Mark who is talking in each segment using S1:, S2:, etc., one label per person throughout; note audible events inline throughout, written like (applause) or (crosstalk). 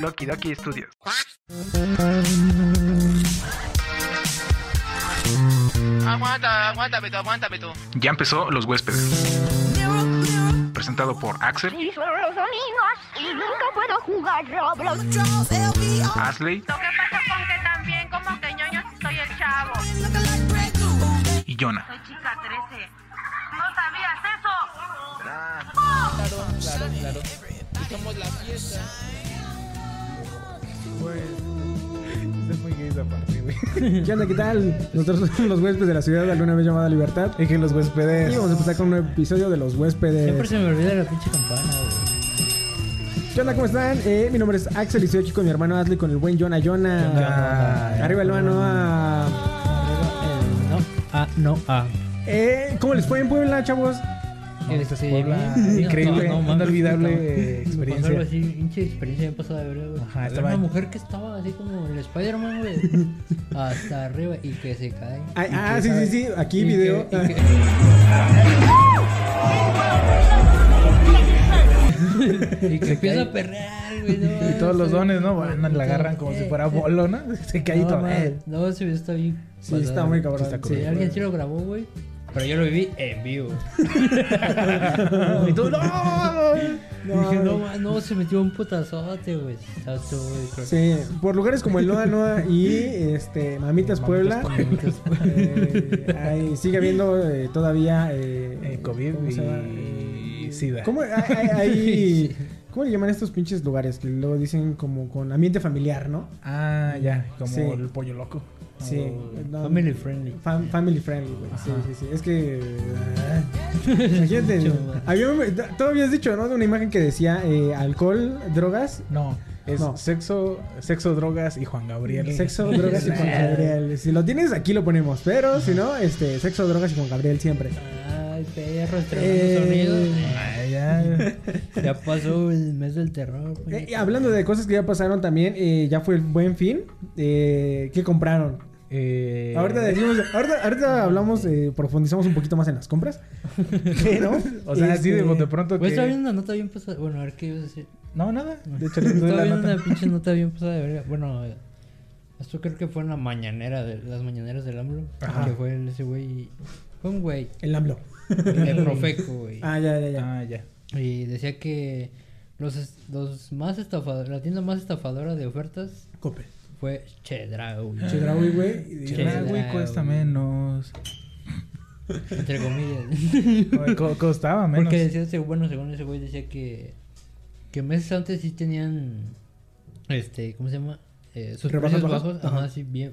S1: Loki Doki Studios.
S2: Aguanta, aguanta, Beto, aguanta, Beto.
S1: Ya empezó Los Huéspedes. Presentado por Axel,
S3: Y son los domingos y nunca puedo jugar Roblox.
S1: Asley
S4: Lo que pasa con que también como que ñoño soy el chavo.
S1: y Jonah.
S4: Soy chica 13. ¿No sabías eso?
S5: ¿Qué onda? ¿Qué tal? Nosotros somos los huéspedes de la ciudad alguna vez llamada Libertad.
S6: Y que los huéspedes.
S5: Y vamos a empezar con un nuevo episodio de Los
S7: Siempre
S5: Huéspedes.
S7: se me olvida la pinche campana, güey.
S5: ¿Qué onda? ¿Cómo están? Eh, mi nombre es Axel y estoy aquí con mi hermano Ashley, con el buen Jonah Jonah. Arriba el mano a...
S7: Eh, no, ah, no, ah.
S5: Eh, ¿Cómo les fue en Puebla, chavos?
S7: Eres así,
S6: Puebla,
S7: bien.
S6: increíble,
S7: mames,
S6: inolvidable
S7: sí,
S6: experiencia.
S7: cabrón. Me pasó algo así, pinche experiencia me pasó de verga, güey.
S6: Ajá,
S7: Era
S6: estaba-
S7: una mujer que estaba así como el Spider-Man, güey. hasta arriba y que se cae.
S5: Ay,
S7: Y
S5: ah,
S7: que
S5: sí,
S7: cae.
S5: sí, sí. Aquí
S7: Y que- y
S5: video.
S7: que- Y que empieza a perrear, güey. no
S6: Y todos los
S7: mames, güey.
S6: dones, ¿no? Van, la agarran como si fuera bolo, ¿no? (laughs) Se cae y
S7: Eh, No,
S6: todo.
S7: mames,
S6: eh.
S7: no, sí, está bien.
S5: Sí, está muy cabrón.
S6: Sí, está
S7: Sí,
S6: cabrón.
S7: alguien sí lo grabó, güey. Pero yo lo viví en (laughs) vivo.
S6: Y tú, ¡no!
S7: Dije, (laughs) no, ma- no, se metió un putazote, güey. Exacto, güey. creo.
S5: Sí, por lugares como el Noda Noda y este Mamitas Puebla.
S7: Mamitas Puebla.
S5: eh, ahí sigue habiendo eh, todavía eh,
S6: Eh, COVID
S5: ¿cómo se llama?
S6: y SIDA.
S5: ¿Cómo, hay- hay-
S6: (laughs)
S5: hay- ¿Cómo le llaman estos pinches lugares? Que luego dicen como con ambiente familiar, ¿no?
S6: Ah, ya, como
S5: Sí.
S6: el pollo loco.
S5: Sí. no,
S7: Family friendly.
S5: fam- family friendly, güey. Sí,
S6: Ajá.
S5: sí, sí. Es que. ah,
S6: (laughs)
S5: imagínate. había un- tú habías dicho, ¿no? De una imagen que decía eh, alcohol, drogas.
S6: No, es
S5: No.
S6: sexo, sexo, drogas y Juan Gabriel.
S5: Sexo, drogas y Juan Gabriel. Si lo tienes, aquí lo ponemos. Pero si no, este, sexo, drogas y Juan Gabriel siempre.
S7: Ay, perro, el
S5: Eh.
S7: sonido.
S6: Ah, ya.
S7: Ya pasó el mes del terror,
S5: Eh,
S7: güey.
S5: y hablando de cosas que ya pasaron también, eh, ya fue el buen fin. Eh, ¿Qué compraron?
S6: Eh,
S5: Ahorita, decimos, ahorita, ahorita hablamos, eh, profundizamos un poquito más en las
S6: (laughs)
S5: compras. Pero,
S6: O sea, así de,
S5: este,
S6: de pronto
S7: Güey,
S6: que...
S7: estaba viendo una nota Pues bien pasada. Bueno, a ver qué ibas a decir.
S6: No, nada. De
S7: (laughs)
S6: hecho, les doy
S7: Estaba
S6: la
S7: viendo
S6: nota.
S7: una pinche nota bien pasada de verga. Bueno, eh, esto creo que fue en la mañanera, de, las mañaneras del AMLO.
S6: Ajá.
S7: Que fue el- ese güey. Fue un güey.
S5: El AMLO.
S7: El
S6: (laughs)
S7: Profeco, güey.
S5: Ah, ya, ya, ya.
S6: Ah, ya.
S7: Y decía que los, es- los más estafadores, la tienda más estafadora de ofertas
S5: Cope.
S7: fue Chedraui.
S6: Ah.
S5: Chedraui, güey. y-
S7: Sí.
S6: Chedraui
S7: Chedraui.
S6: cuesta menos. (laughs)
S7: Entre comillas.
S6: Oye, co- costaba menos.
S7: Porque decía ese, bueno, según ese güey decía que, que meses antes sí tenían, este, ¿cómo se llama? Eh, sus
S5: ¿Rebajas
S7: precios
S5: bajas?
S7: bajos, ajá,
S5: Ajá.
S7: sí, bien,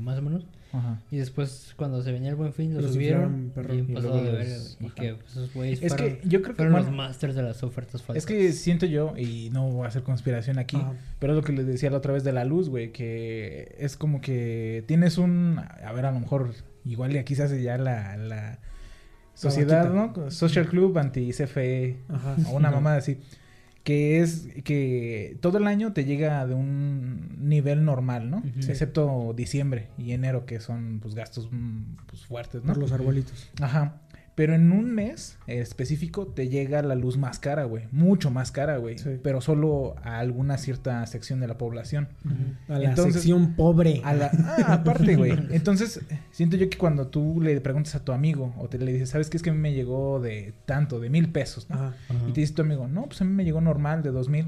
S7: más o menos.
S6: Ajá.
S7: Y después, cuando se venía el buen fin, lo
S5: Los
S7: subieron.
S5: inflaron, perro.
S7: bien
S6: Y
S7: pasado
S6: luego
S7: de verga,
S6: los-
S7: güey. Y
S6: ajá.
S7: que pues, esos güeyes
S6: Es que
S7: fueron,
S6: yo creo que,
S7: fueron los
S6: bueno,
S7: masters de las ofertas falsas.
S6: Es que siento yo, y no voy a hacer conspiración aquí,
S5: Ajá.
S6: pero es lo que les decía la otra vez de la luz, güey, que es como que tienes un, a ver, a lo mejor, igual y aquí se hace ya la, la sociedad, ¿no? Social Club anti-CFE,
S5: Ajá.
S6: E, o
S5: (laughs)
S6: una mamada así, que es que todo el año te llega de un nivel normal, ¿no?
S7: Ujú.
S6: Excepto diciembre y enero, que son, pues, gastos mm, pues, fuertes, ¿no?
S5: Por los arbolitos.
S6: Ajá. Pero en un mes eh, específico te llega la luz más cara, güey. Mucho más cara, güey.
S5: Sí.
S6: Pero solo a alguna cierta sección de la población.
S5: A la
S6: Entonces-
S5: sección pobre.
S6: A la-
S5: (laughs)
S6: ah, aparte, güey. Entonces, siento yo que cuando tú le preguntas a tu amigo o te le dices, ¿sabes qué? Es que a mí me llegó de tanto, de mil pesos, ¿no?
S5: Ajá.
S6: Y te dice tu amigo, no, pues a mí me llegó normal de dos mil.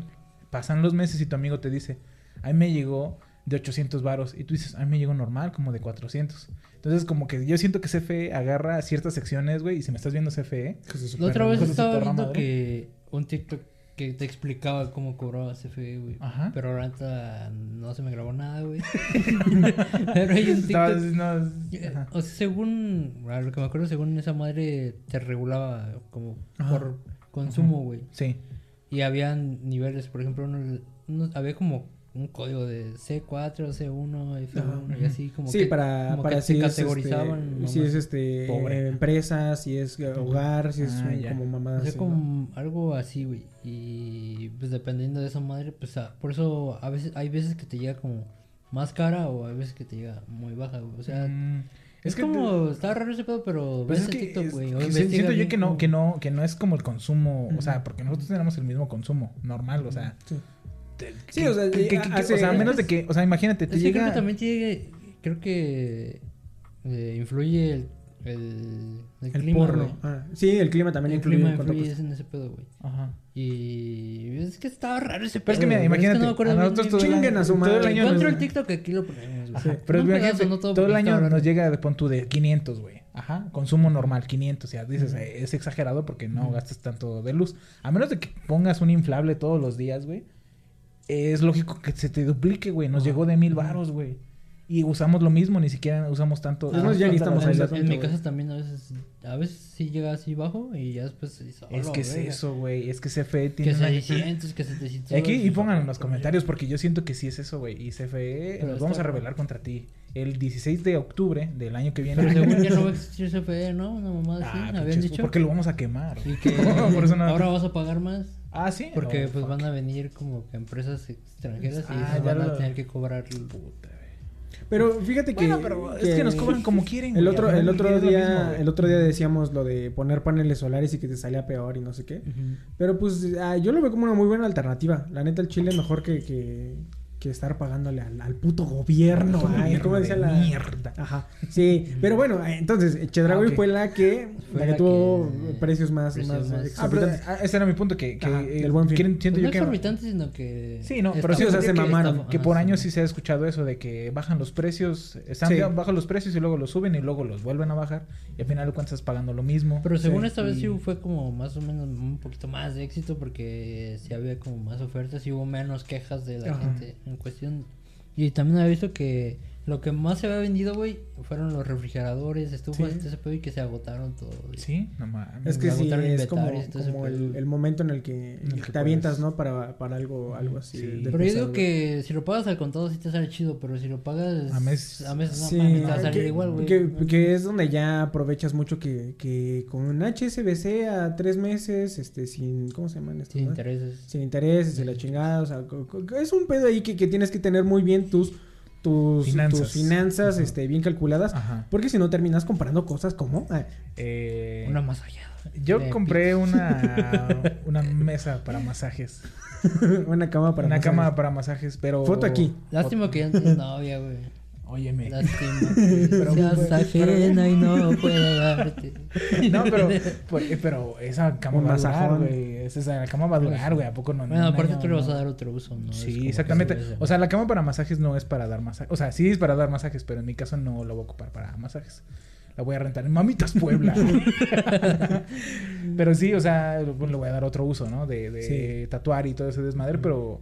S6: Pasan los meses y tu amigo te dice, a mí me llegó de 800 varos. Y tú dices, a mí me llegó normal, como de 400. Entonces, como que yo siento que CFE agarra ciertas secciones, güey. Y si me estás viendo E. CFE,
S5: Hijos de su
S7: La otra
S5: perra
S7: vez
S6: Hijo de su
S7: estaba
S6: perra
S7: viendo
S6: madre.
S7: que un TikTok que te explicaba cómo cobraba CFE, güey.
S6: Ajá.
S7: Pero ahorita no se me grabó
S6: (laughs)
S7: nada, güey. Pero hay un
S6: estabas-
S7: TikTok.
S6: no,
S7: eh,
S6: ajá.
S7: O sea, según. A lo que me acuerdo, según esa madre te regulaba como por consumo, güey.
S6: Sí.
S7: Y había niveles, por ejemplo, uno, uno- había como un código de C4, C1, F1 y así como
S5: sí,
S7: que,
S5: para,
S7: como
S5: para
S7: que
S5: si
S7: se
S5: es,
S7: categorizaban.
S5: este, si
S7: mamá.
S5: es este
S6: Pobre.
S5: eh, empresa, si es eh, hogar, si es
S6: Ah,
S5: un-
S6: ya.
S5: como
S7: O
S5: mamadas.
S7: sea,
S5: así, ¿no?
S7: como algo así, güey. Y pues dependiendo de esa madre, pues a- por eso a veces hay veces que te llega como más cara o hay veces que te llega muy baja, güey. O sea,
S6: Mm,
S7: es,
S6: que
S7: como está raro ese pedo, pero
S6: Pues
S7: ves
S6: es
S7: el
S6: que,
S7: TikTok,
S6: es-
S7: güey.
S6: que
S7: o
S6: si-
S7: investiga
S6: siento yo
S7: bien
S6: que no,
S7: cómo-
S6: que no, que no es como el consumo, o sea, porque nosotros tenemos el mismo consumo normal, o sea, te-
S5: Sí,
S6: que-
S5: o sea,
S6: que- que- que-
S5: hace-
S6: o sea, a menos de que, o sea, imagínate, te
S7: eh, Es que creo
S6: llega
S7: que también tiene. Creo que. eh, influye el. El, el
S6: El
S7: clima.
S6: porno.
S7: güey.
S5: Ah, sí, el clima también
S7: El
S5: influye
S7: clima
S5: en cuanto a
S7: influye
S5: cosas.
S7: en ese pedo, güey.
S6: Ajá.
S7: Y. Es que estaba raro ese pedo.
S6: Pero es que mira,
S7: güey, Eh, es
S6: imagínate,
S7: no me acuerdo
S6: a
S7: bien,
S6: nosotros
S7: bien,
S6: todo el
S7: bien.
S5: Chinguen
S6: año,
S5: a su
S6: todo el
S5: madre.
S6: año
S7: Encuentro
S6: nos-
S7: el TikTok aquí lo ponemos. güey.
S5: Ajá.
S6: Pero
S7: Un
S6: imagínate,
S7: pedazo, no
S6: todo,
S7: porque
S6: el
S7: está
S6: año
S7: raro.
S6: nos llega, pon tú, de 500, güey. Ajá, consumo normal, 500. Ya dices, "Eh, es exagerado porque no gastas tanto de luz. A menos de que pongas un inflable todos los días, güey. Es lógico que se te duplique, güey. Nos llegó de mil varos, güey. Y usamos lo mismo, ni siquiera usamos tanto.
S5: Es más, ya ni estamos
S7: en,
S5: ahí.
S7: en mi
S5: güey.
S7: casa también a veces. A veces sí llega así bajo y ya después se dice.
S6: Es
S7: "Hola,
S6: que es
S7: verga".
S6: eso, güey. Es que CFE tiene
S7: Que
S6: una-
S7: 600, que 700.
S6: Y aquí y pongan en los comentarios porque yo siento que sí es eso, güey. Y CFE
S7: Pero
S6: nos vamos
S7: está-
S6: a rebelar contra ti. El 16 de octubre del año que viene.
S7: Pero según ya no va
S6: (laughs)
S7: a existir CFE, ¿no? Una mamada así,
S6: Ah,
S7: habían
S6: pinches,
S7: dicho.
S6: Porque lo vamos a quemar.
S7: Y que
S6: Por eso (laughs) no-
S7: ahora vas a pagar más.
S6: Ah, sí.
S7: Porque
S6: Oh,
S7: pues
S6: fuck.
S7: van a venir como que empresas extranjeras y
S6: Ah,
S7: esas
S6: ya
S7: van
S6: lo-
S7: a tener que cobrar.
S6: Puta, güey.
S5: Pero fíjate que.
S6: Bueno, pero es que nos cobran como quieren,
S5: El
S6: güey,
S5: otro,
S6: al
S5: el
S6: final del
S5: otro
S6: día es lo
S5: día,
S6: mismo, güey.
S5: el otro día decíamos lo de poner paneles solares y que te salía peor y no sé qué. Pero pues ah, yo lo veo como una muy buena alternativa. La neta, el Chile mejor que, que, que estar pagándole al, al puto gobierno.
S6: Puto
S5: ay, ¿Cómo
S6: gobierno
S5: decía
S6: de
S5: la
S6: mierda.
S5: Ajá. Sí, pero bueno, eh, entonces, Chedragui
S6: Ah, ok.
S5: fue la que,
S7: Fue
S5: la que
S7: la
S5: tuvo
S7: que-
S5: precios más,
S7: precios
S5: más,
S7: más-
S6: Ah, pero
S5: exorbitantes.
S6: ah, ese era mi punto que, que
S5: Ajá,
S6: eh,
S5: del Buen Fin.
S6: quieren- siento
S7: Pues no
S6: yo que
S7: exorbitante, sino que.
S6: Sí, no, pero
S7: estafa.
S6: sí, o sea, se
S7: Que
S5: mamaron.
S7: estafa,
S6: que
S7: ajá,
S6: por años sí se ha escuchado eso de que bajan los precios, están
S5: Sí.
S6: bajan los precios y luego los suben y luego los vuelven a bajar y al final de cuentas estás pagando lo mismo.
S7: Pero según esta vez
S6: y-
S7: sí fue como más o menos un poquito más de éxito porque sí había como más ofertas y hubo menos quejas de la
S5: Ajá.
S7: gente en cuestión. Y también había visto que lo que más se había vendido, güey, fueron los refrigeradores, estufas,
S5: Sí.
S7: todo ese pedo y que se agotaron todo. güey.
S6: Sí, no mames.
S5: Es que
S7: Me
S5: sí,
S7: agotaron
S5: es como,
S7: inventarios, entonces,
S5: como
S7: pues,
S5: el, el momento en el que,
S6: el que
S5: te avientas,
S6: puedes.
S5: ¿no? Para, para algo, algo así.
S6: Sí.
S5: de
S7: Pero yo
S5: pesado.
S7: digo que si lo pagas al contado sí te sale chido, pero si lo pagas
S6: A mes-
S7: a mes pues, no,
S5: Sí,
S7: mames, te va a salir
S5: que,
S7: igual, güey.
S5: que- que es donde ya aprovechas mucho que, que con HSBC a tres meses, este, sin, ¿cómo se llaman estos?
S7: Sin
S5: no?
S7: intereses.
S5: Sin intereses, y la chingada, o sea, co- co- es un pedo ahí que, que tienes que tener muy bien tus, tus
S6: Finanzas.
S5: tus finanzas, este, bien calculadas,
S6: Ajá.
S5: porque si no terminas comparando cosas como, (laughs) ah,
S6: Eh,
S7: Una más allá.
S6: yo
S7: de
S6: compré una
S7: (laughs)
S6: una mesa para masajes,
S5: una cama para
S6: una
S5: masajes.
S6: cama para masajes, pero
S5: Foto aquí.
S7: Lástima que ya no tienes novia, güey.
S6: Óyeme.
S5: (laughs)
S7: Lástima que seas ajena y no pueda darte.
S6: (laughs) No, pero, pues, pero esa cama
S5: Un
S6: va a durar,
S5: masajón.
S6: güey. Esa, esa cama va a durar, güey. ¿A poco no?
S7: (laughs) Pues, Bueno,
S6: no,
S7: aparte
S6: no,
S7: tú le vas
S6: no.
S7: a dar otro uso, ¿no? Es como
S6: Sí,
S7: que
S6: exactamente.
S7: subes de-
S6: O sea, la cama para masajes no es para dar masajes. O sea, sí es para dar masajes, pero en mi caso no la voy a ocupar para masajes. La voy a rentar en Mamitas
S7: (laughs)
S6: Puebla. pero sí, o sea, bueno, le voy a dar otro uso, ¿no? De, de tatuar y todo ese desmadre, pero...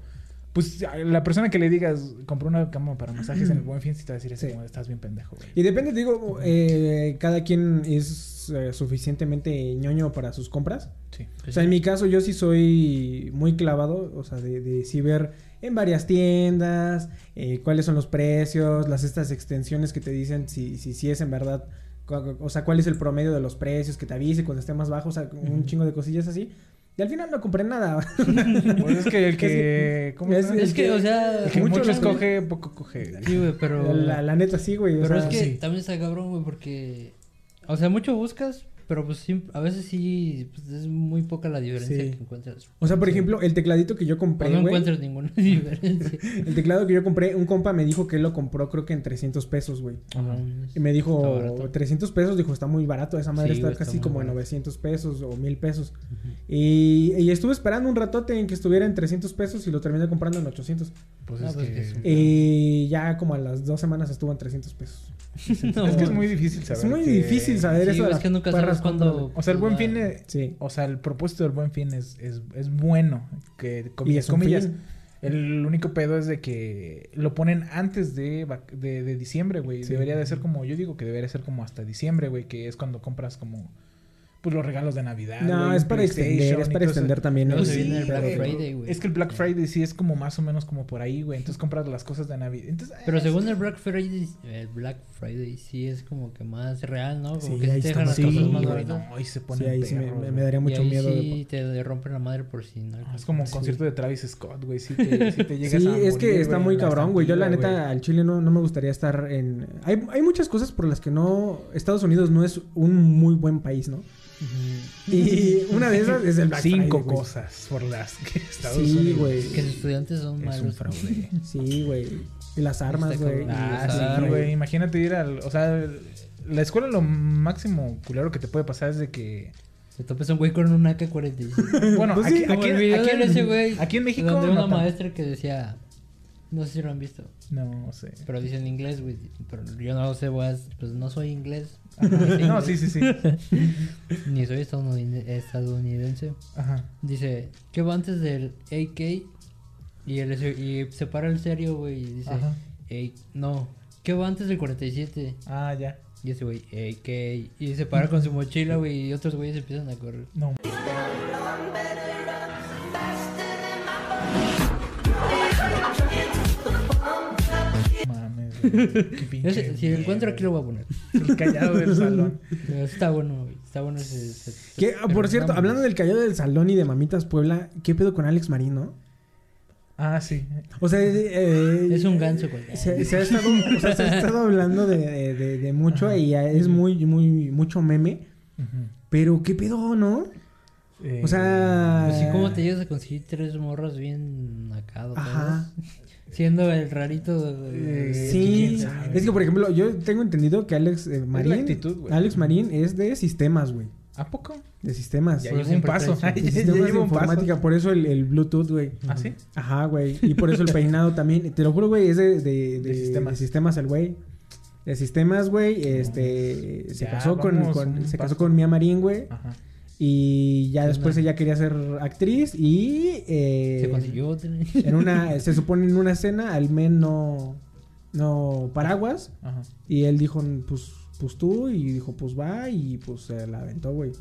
S6: Pues a la persona que le digas, compró una cama para masajes en el buen fin, sí te va a decir, así
S5: Sí.
S6: como, estás bien pendejo, güey.
S5: Y depende, te digo, eh, cada quien es eh, suficientemente ñoño para sus compras.
S6: Sí.
S7: (laughs)
S5: O sea, en mi caso yo sí soy muy clavado, o sea, de, de sí ver en varias tiendas, eh, cuáles son los precios, las estas extensiones que te dicen si, si, si es en verdad, cu- o sea, cuál es el promedio de los precios, que te avise cuando esté más bajo, o sea, un chingo de cosillas así. Y al final no
S7: (laughs)
S5: compré nada.
S6: Pues es que el que... ¿cómo
S5: es-
S6: se llama?
S7: es que, o sea,
S6: El que
S5: mucho
S6: mucho
S5: lo-
S6: escoge, poco coge.
S7: Sí, güey, pero.
S5: la, la neta sí, güey. o
S7: pero es
S5: sea,
S7: que
S5: sí.
S7: también está cabrón, güey, porque. O sea, mucho buscas, pero pues sí, a veces sí pues, es muy poca la diferencia
S5: Sí.
S7: que encuentras.
S5: O sea, por ejemplo, el tecladito que yo
S7: O
S5: compré,
S7: no
S5: güey,
S7: encuentras ninguna (laughs) diferencia.
S5: (laughs) El teclado que yo compré, un compa me dijo que él lo compró creo que en 300 pesos, güey. Y me
S7: Está barato.
S5: dijo 300 pesos, dijo, está muy barato, esa madre
S7: Sí,
S5: está
S7: güey, está
S5: casi
S7: muy
S5: como en
S7: barato.
S5: 900 pesos o 1000 pesos. y, y estuve esperando un ratote en que estuviera en 300 pesos y lo terminé comprando en 800.
S6: Pues
S7: No,
S6: es
S7: pues
S6: que...
S7: que es un-
S5: Y ya como a las dos semanas estuvo en 300 pesos.
S7: (laughs) No,
S6: Es que es muy difícil saber.
S5: es muy
S6: que-
S5: difícil saber
S7: Sí,
S5: eso. de
S7: güey, es
S5: las
S7: que nunca
S5: perras
S7: sabes cuándo.
S5: compras.
S6: O sea, el buen
S7: pues,
S6: fin
S7: va-
S6: es-
S5: Sí.
S6: O sea, el propósito del buen fin es, es, es bueno. Que, comillas,
S5: es un
S6: comillas.
S5: fin.
S6: El único pedo es de que lo ponen antes de, vac- de, de diciembre, güey.
S5: Sí.
S6: Debería de ser como, yo digo que debería ser como hasta diciembre, güey, que es cuando compras como, pues los regalos de Navidad.
S5: No,
S6: güey,
S5: es para
S6: PlayStation
S5: extender,
S6: y
S5: es para
S6: todo eso.
S5: extender también. ¿no?
S7: Luego
S6: Pues
S7: se
S6: sí,
S7: viene el Black
S6: güey.
S7: Friday, güey.
S6: Es que el Black Friday sí es como más o menos como por ahí, güey. Entonces compras las cosas de Navidad. Entonces, eh,
S7: Pero según el Black Friday, el Black Friday sí es como que más real, ¿no? Como
S5: Sí,
S7: que sí
S5: ahí
S7: te
S5: está
S7: dejan las
S5: más-
S7: cosas
S6: sí,
S7: más
S6: güey,
S7: baratas.
S6: no, y se
S5: Sí,
S6: pone
S5: ahí sí me,
S6: perro,
S5: me-
S6: güey.
S5: me daría mucho
S7: y ahí
S5: miedo.
S7: sí
S5: de-
S7: te rompen la madre por si no.
S6: Ah, Es como un concierto de Travis Scott, güey. Si te, si te
S5: (laughs)
S6: llegas
S5: Sí,
S6: a
S5: es
S6: morir,
S5: que está
S6: en
S5: muy
S6: la
S5: cabrón, güey. Yo la
S6: estampida,
S5: neta
S6: güey.
S5: al Chile no, no me gustaría estar en... Hay, hay muchas cosas por las que no... Estados Unidos no es un muy buen país, ¿no? Y
S6: (laughs)
S5: una de esas es el Black
S6: Cinco
S5: Friday, güey.
S6: cosas por las que (laughs) Estados
S5: Sí,
S6: Unidos
S5: güey.
S7: Que los estudiantes son
S6: es un
S7: malos.
S5: (laughs)
S6: fraude.
S5: Sí, güey. Y las armas,
S7: Está
S5: güey.
S7: cabrón.
S5: y
S6: Ah,
S5: así,
S7: sí,
S6: sí, güey. Imagínate ir al. O sea, la escuela lo máximo culero que te puede pasar es de que.
S7: (laughs) Se topes un güey con un
S6: (laughs)
S7: AK-47.
S6: Bueno,
S5: Pues sí,
S6: aquí,
S7: Como
S6: aquí,
S7: el video
S6: aquí
S7: de
S6: en,
S7: ese güey,
S6: aquí en México.
S7: Donde una
S6: no, tan-
S7: maestra que decía. No sé si lo han visto.
S6: no
S7: (laughs)
S6: sé.
S7: Pero dice en inglés, güey. Pero yo no lo sé, güey. Pues no soy inglés. (laughs)
S6: No, sí, sí, sí.
S7: Ni soy estadounid- estadounidense.
S6: Ajá.
S7: Dice, ¿qué va antes del AK? Y, el, se- y se para el serio, güey, y dice,
S6: Ajá.
S7: "Ey, no, ¿qué va antes del 47?
S6: Ah, ya.
S7: Y ese güey, AK. Y se para con su mochila, güey, y otros güeyes empiezan a correr.
S6: No. Mames, güey. Qué
S7: Ese-
S6: pinche
S7: si lo encuentro
S6: mierda.
S7: aquí lo voy a poner.
S6: El callado del salón.
S7: Pero está bueno, güey. Está bueno ese... ese-
S5: Que, ah, por cierto,
S6: no,
S5: hablando del callado del salón y de Mamitas Puebla, ¿qué pedo con Alex Marino?
S6: Ah, sí.
S5: O sea, eh,
S7: Es un ganso, güey.
S5: Se, se ha estado, o sea, se ha estado hablando de, de- de- de mucho y es muy, muy, mucho meme. Pero qué pedo, ¿no?
S6: Eh,
S5: O sea.
S7: Pues sí, ¿cómo te llegas a conseguir tres morras bien acá,
S5: Ajá.
S7: Ajá. Siendo el rarito...
S6: Eh,
S7: eh,
S5: Sí,
S6: quién sabe.
S5: es que por ejemplo, yo tengo entendido que Alex eh, Marín,
S6: actitud, güey.
S5: Alex Marín es de sistemas, güey,
S6: ¿A poco?
S5: de sistemas,
S6: Ya
S7: Por
S6: llevo un
S7: siempre
S6: paso.
S7: traes
S5: de
S6: (laughs) Ya
S5: sistemas de
S6: llevo un
S5: informática,
S6: paso.
S5: por eso el, el Bluetooth, güey.
S6: ¿Ah, sí?
S5: Ajá, güey, y por eso el peinado también, te lo juro, güey, es de, de, de-
S6: De sistemas.
S5: de sistemas el güey. De sistemas, güey, este se
S6: Ya,
S5: casó con,
S6: vamos,
S5: con-
S6: un paso.
S5: se
S6: Ah.
S5: casó con Mia Marín, güey,
S6: Ajá.
S5: y ya
S7: Una-
S5: después ella quería ser actriz y eh,
S7: Se consiguió... tener- (laughs)
S5: en una se supone en una escena al men no no paraguas
S6: Ajá.
S5: y él dijo, pues, pues tú, y dijo, pues va, y pues se la aventó, güey.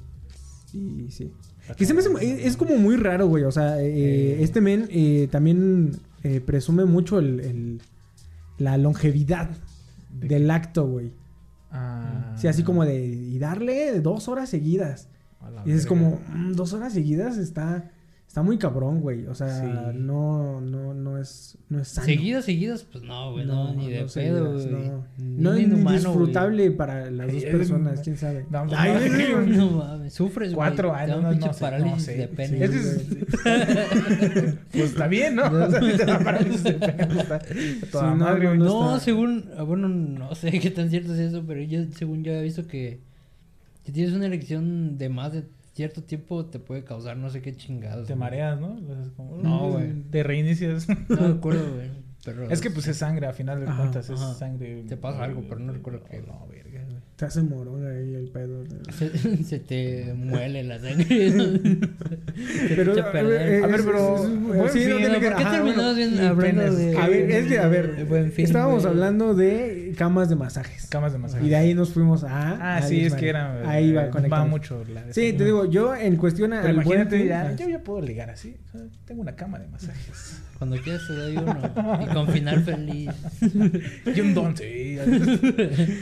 S5: Y sí. Que se me hace- es, es como muy raro, güey. O sea, eh,
S6: Eh.
S5: este men eh, también eh, presume mucho el, el- la longevidad
S6: ¿De
S5: del acto, güey.
S6: Ah.
S5: Sí, así como de, y darle dos horas seguidas.
S6: A la
S5: Y es
S6: verga.
S5: como, mm, dos horas seguidas está, está muy cabrón, güey. O sea,
S6: Sí.
S5: no, no, no es, no es sano.
S7: Seguidas, seguidas, pues no, güey, no, ni de pedo,
S5: seguidas,
S7: güey.
S5: No,
S7: Ni
S5: No es ni
S7: inhumano,
S5: disfrutable para las dos
S6: Ay,
S5: personas,
S6: es-
S5: quién sabe.
S6: No, no,
S5: Ay,
S6: no,
S5: güey,
S7: güey.
S5: güey.
S7: No mames, sufres, güey.
S6: Cuatro
S7: Te da
S6: años,
S7: un
S6: no,
S7: pinche
S6: no sé,
S7: parálisis
S6: no sé.
S7: de pene.
S5: Sí,
S6: Es que es- (laughs) pues está bien, ¿no? O sea, si te da parálisis de pene, pues, está a toda
S5: Sí, no,
S6: madre, güey.
S5: no
S7: no,
S5: está-
S7: según, ah, bueno, no sé (laughs) qué tan cierto es eso, pero yo, según yo he visto que si tienes una erección de más de cierto tiempo te puede causar no sé qué chingados.
S6: Te
S7: güey.
S6: mareas, ¿no? Lo haces como, pues,
S7: No, güey.
S6: Te reinicias.
S7: No recuerdo, güey. Pero
S6: Es que pues es sangre, a final de
S5: Ajá,
S6: cuentas es
S7: ajá.
S6: sangre. Oh,
S7: Te pasa algo, pero no recuerdo qué.
S6: No, verga, güey.
S5: Te hace morón ahí el pedo.
S7: (laughs)
S6: (laughs)
S7: se, se te muele la sangre. (laughs) Se
S5: Pero,
S7: te echa
S5: a
S7: a
S5: ver,
S7: perder.
S5: eh,
S6: A ver, pero-
S5: es- es-
S6: buen
S5: sí, no
S6: fin,
S5: tiene
S6: ¿no?
S5: que-
S7: ¿Por qué
S5: ajá,
S7: terminamos
S5: bueno.
S7: bien
S6: y
S7: hablando
S6: penes.
S7: de...
S5: A ver, es que,
S7: de
S5: a ver,
S7: buen fin,
S5: estábamos
S7: güey?
S5: hablando de camas de masajes.
S6: Camas de masaje.
S5: Y de ahí nos fuimos a.
S6: Ah,
S5: a
S6: sí, es
S5: Guzmán.
S6: que era. eh,
S5: Ahí va
S6: Va
S5: conectado.
S6: mucho. La de-
S5: Sí, te digo, yo en cuestión a.
S6: Pero
S5: al buen
S6: imagínate,
S5: fin-
S6: ya,
S5: ah,
S6: yo ya puedo ligar así. O sea, Tengo una cama de
S7: (laughs)
S6: masajes.
S7: Cuando quieras te doy uno. Y con final
S6: (laughs)
S7: feliz.
S6: y un don, sí.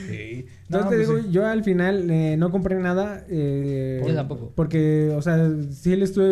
S6: sí. No,
S5: Entonces te
S6: pues,
S5: digo,
S6: sí.
S5: yo al final eh, no compré nada. eh,
S7: Yo tampoco.
S5: Porque, o sea, sí le estuve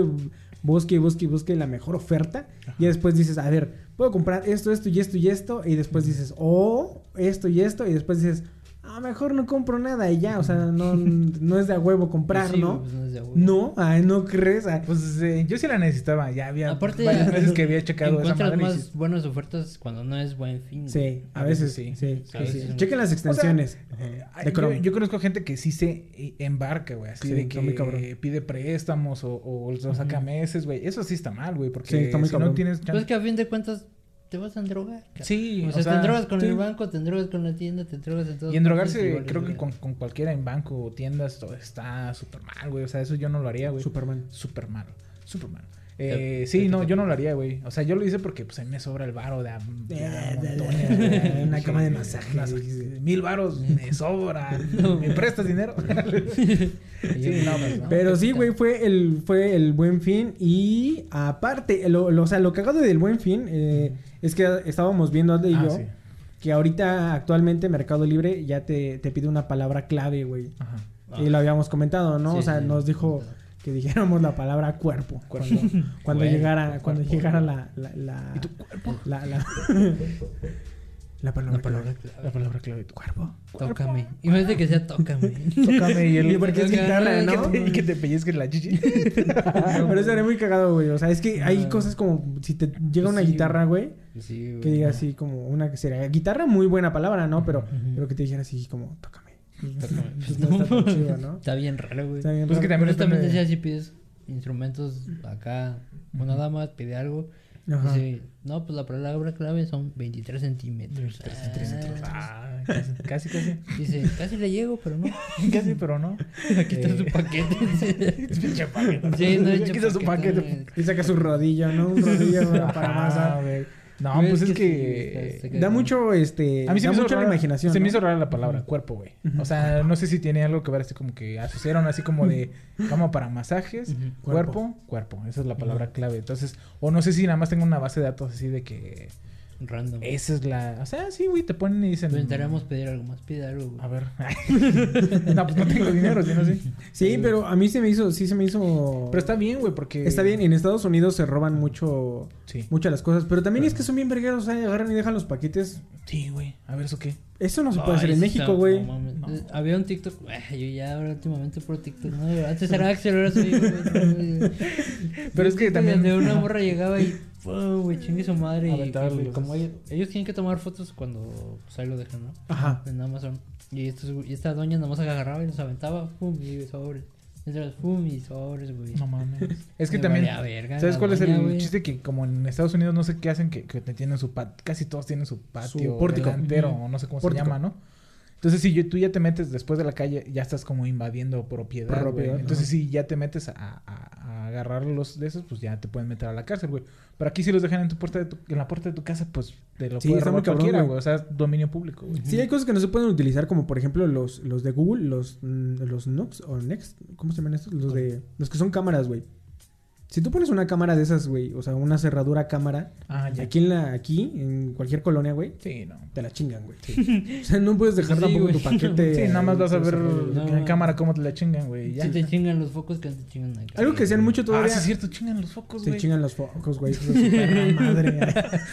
S5: busque y busque y busque la mejor oferta. Y después dices, a ver, puedo comprar esto, esto y esto y esto. Y después dices, oh, esto y esto. Y después dices, ah, mejor no compro nada y ya. O sea,
S6: (laughs)
S5: no, no es de a huevo comprar,
S7: Sí, güey,
S5: ¿no?
S7: pues, no es de huevo.
S5: No, ay, no crees. ay.
S6: Pues eh, yo sí la necesitaba. Ya había
S7: Aparte,
S6: varias veces que había checado esa
S7: encuentras
S6: madre. y
S7: más
S6: sí-
S7: buenas ofertas cuando no es buen fin. güey.
S5: Sí, a
S6: a
S5: veces
S6: veces
S5: sí.
S6: sí.
S5: sí,
S7: A
S5: sí,
S7: veces
S5: sí.
S7: no.
S5: Chequen las extensiones.
S6: eh,
S5: de
S6: yo,
S5: Chrome.
S6: yo conozco gente que sí se eh, embarca, güey. Así
S5: Sí,
S6: de
S5: está muy cabrón.
S6: que pide préstamos o, o lo saca meses, güey. Eso sí está mal, güey. Porque
S5: Sí, está muy
S6: si
S5: cabrón.
S6: no tienes
S7: Pues es que a fin de cuentas te vas a drogar. cara.
S6: Sí,
S7: O
S6: o
S7: sea,
S6: sea,
S7: te drogas con
S5: sí.
S7: el banco, te drogas con la tienda, te drogas en todo.
S6: Y en drogarse, creo que con, con cualquiera en banco o tiendas todo está súper mal, güey. O sea, eso yo no lo haría, güey.
S5: Superman.
S6: Súper mal, súper mal.
S7: Te-
S6: Eh,
S7: te-
S6: sí,
S7: te-
S6: no,
S7: te-
S6: yo no lo haría, güey. O sea, yo lo hice porque pues a mí me sobra el varo de, a- de a
S5: Eh, de- de-
S6: montones,
S5: de-
S6: güey.
S5: de- una
S6: Dije,
S5: cama de
S6: eh,
S5: masaje.
S6: Mil varos me sobra. ¿Me prestas dinero? sí, no, pues, no.
S5: Pero
S7: qué
S5: sí,
S7: puta.
S5: güey, fue el, fue el buen fin. Y aparte, lo, lo- o sea, lo cagado del buen fin eh, es que estábamos viendo Aldo y
S6: Ah,
S5: yo
S6: sí.
S5: que ahorita actualmente Mercado Libre ya te, te pide una palabra clave, güey.
S6: Ajá.
S5: Y lo habíamos comentado, ¿no?
S7: Sí,
S5: o sea,
S7: sí,
S5: nos dijo que dijéramos la palabra cuerpo. Cuando, cuando
S6: Güey,
S5: llegara, cuando
S6: cuerpo.
S5: llegara la, la, la, la, la- La palabra,
S7: La palabra
S5: clave. (laughs)
S7: clave.
S6: La palabra clave. Tu cuerpo.
S7: Tócame. Imagínate que sea tócame.
S6: Tócame y
S7: (laughs)
S5: Y
S6: él.
S5: porque es
S7: Oiga,
S5: guitarra,
S7: ay,
S5: ¿no?
S6: que te- (laughs) y que te pellizquen la chichi.
S5: Pero estaría muy cagado, güey. O sea, es que hay
S7: Ah.
S5: cosas como si te llega una
S7: Sí,
S5: guitarra, güey,
S7: Sí, güey.
S5: que diga así como una que sería guitarra, muy buena palabra, ¿no? Pero, pero que te dijera así como tócame.
S7: Tócame. Pues,
S5: No está tan
S7: no.
S6: (laughs)
S5: chido, ¿no?
S7: Está bien raro, güey.
S5: Está bien
S6: Pues que
S5: raro.
S7: Pero
S6: también
S7: eso también
S6: depende-
S7: decía si pides instrumentos acá, o nada más, pide algo.
S5: Ajá.
S7: Dice, no, pues la palabra clave son 23 centímetros.
S6: Ah, casi, casi.
S7: Ah, Dice, casi le llego, pero no. Eh.
S6: Casi, pero no.
S7: Aquí está su (laughs) paquete.
S6: Pinche paquete.
S7: sí,
S5: (laughs)
S6: (laughs)
S7: no he hecho
S6: Aquí está su paquete.
S5: Y saca su rodillo, ¿no? Un rodillo güey, para
S6: Ajá,
S5: masa.
S6: güey. No,
S7: Güey,
S6: pues
S7: es
S6: es
S7: que sí, está-
S6: que. eh,
S7: está
S5: Da mucho, este...
S6: A mí se
S5: da
S6: me hizo
S5: mucho la
S6: rara-
S5: imaginación,
S6: Se me
S5: ¿no?
S6: hizo rara la palabra cuerpo, güey. O sea, no sé si tiene algo que ver así como que asociaron así como de cama para masajes,
S7: Ujú.
S6: cuerpo, cuerpo. Esa es la palabra clave. Entonces, o no sé si nada más tengo una base de datos así de que
S7: Random.
S6: esa es la, o sea, sí, güey, te ponen y dicen,
S7: Pero Intentaremos pedir algo más. Pide algo, güey.
S5: Ah,
S6: a ver. (laughs) no, pues no tengo dinero, si no sé.
S5: Sí, pero a mí se me hizo... Sí se me hizo... eh,
S6: Pero está bien, güey, porque
S5: Está bien, en Estados Unidos se roban mucho...
S6: Sí.
S5: Muchas las cosas, pero también es que son bien vergueros, o sea, agarran y dejan los paquetes.
S6: Sí, güey. A ver, eso qué.
S5: Eso no se puede
S7: Ay,
S5: hacer en
S7: sí
S5: México,
S7: está-
S5: güey.
S7: no mames.
S6: No.
S7: Eh, Había un TikTok. eh, yo ya ahora últimamente por TikTok. No, antes era Axel, ahora soy yo, güey, no, güey.
S6: Pero es que también-
S7: De una morra llegaba y. ¡Wow, güey! Chingue su madre. Y,
S6: Aventarlos.
S7: güey, como ellos, ellos tienen que tomar fotos cuando pues, ahí lo dejan, ¿no?
S5: Ajá.
S7: En Amazon. Y, estos, güey- y esta doña nada más agarraba y los aventaba. ¡Pum! Y sobres. Mientras, ¡pum! Y sobres, güey.
S6: No mames. (laughs) Es que
S7: Me
S6: también.
S7: valía verga
S6: ¿Sabes
S7: la
S6: cuál es
S7: doña,
S6: el
S7: güey?
S6: chiste? Que como en Estados Unidos no sé qué hacen, que, que te tienen su patio. Casi todos tienen su patio.
S5: pórtico.
S6: Delantero,
S5: Ujú.
S6: o no sé cómo
S5: Pórtico.
S6: se llama, ¿no? Entonces, si yo- tú ya te metes después de la calle, ya estás como invadiendo propiedad. güey.
S5: Propiedad,
S6: Entonces,
S5: ajá.
S6: si ya te metes a, a- a agarrar los de esos, pues ya te pueden meter a la cárcel, güey. Pero aquí, si los dejan en, tu puerta de tu- en la puerta de tu casa, pues te lo
S5: Sí,
S6: puede
S5: está
S6: robar
S5: muy cabrón,
S6: cualquiera,
S5: güey.
S6: güey. O sea, es dominio público, güey.
S5: Sí, hay cosas que no se pueden utilizar, como por ejemplo los, los de Google, los, mm, los Nox o Next, ¿cómo se llaman estos? Los de. Los que son cámaras, güey. Si tú pones una cámara de esas, güey, o sea, una cerradura cámara,
S6: Ah, ya.
S5: aquí en la, aquí, en cualquier colonia, güey,
S6: Sí, no.
S5: te la chingan, güey. (laughs) O sea, no puedes dejar
S7: Sí,
S5: tampoco
S7: güey.
S5: tu
S6: (laughs)
S5: paquete.
S6: Sí, nada más
S5: ahí,
S6: vas a
S5: todo
S6: ver
S5: cerrado, güey.
S7: güey.
S6: en la cámara cómo te la chingan, güey. Ya.
S7: Si te chingan los focos, que te chingan acá.
S5: Algo que hacían mucho
S6: Ah,
S5: todavía.
S6: sí, es cierto, chingan los focos,
S5: Te
S6: güey.
S5: chingan los
S6: (laughs)
S5: focos, güey. hijos de su perra madre. (laughs)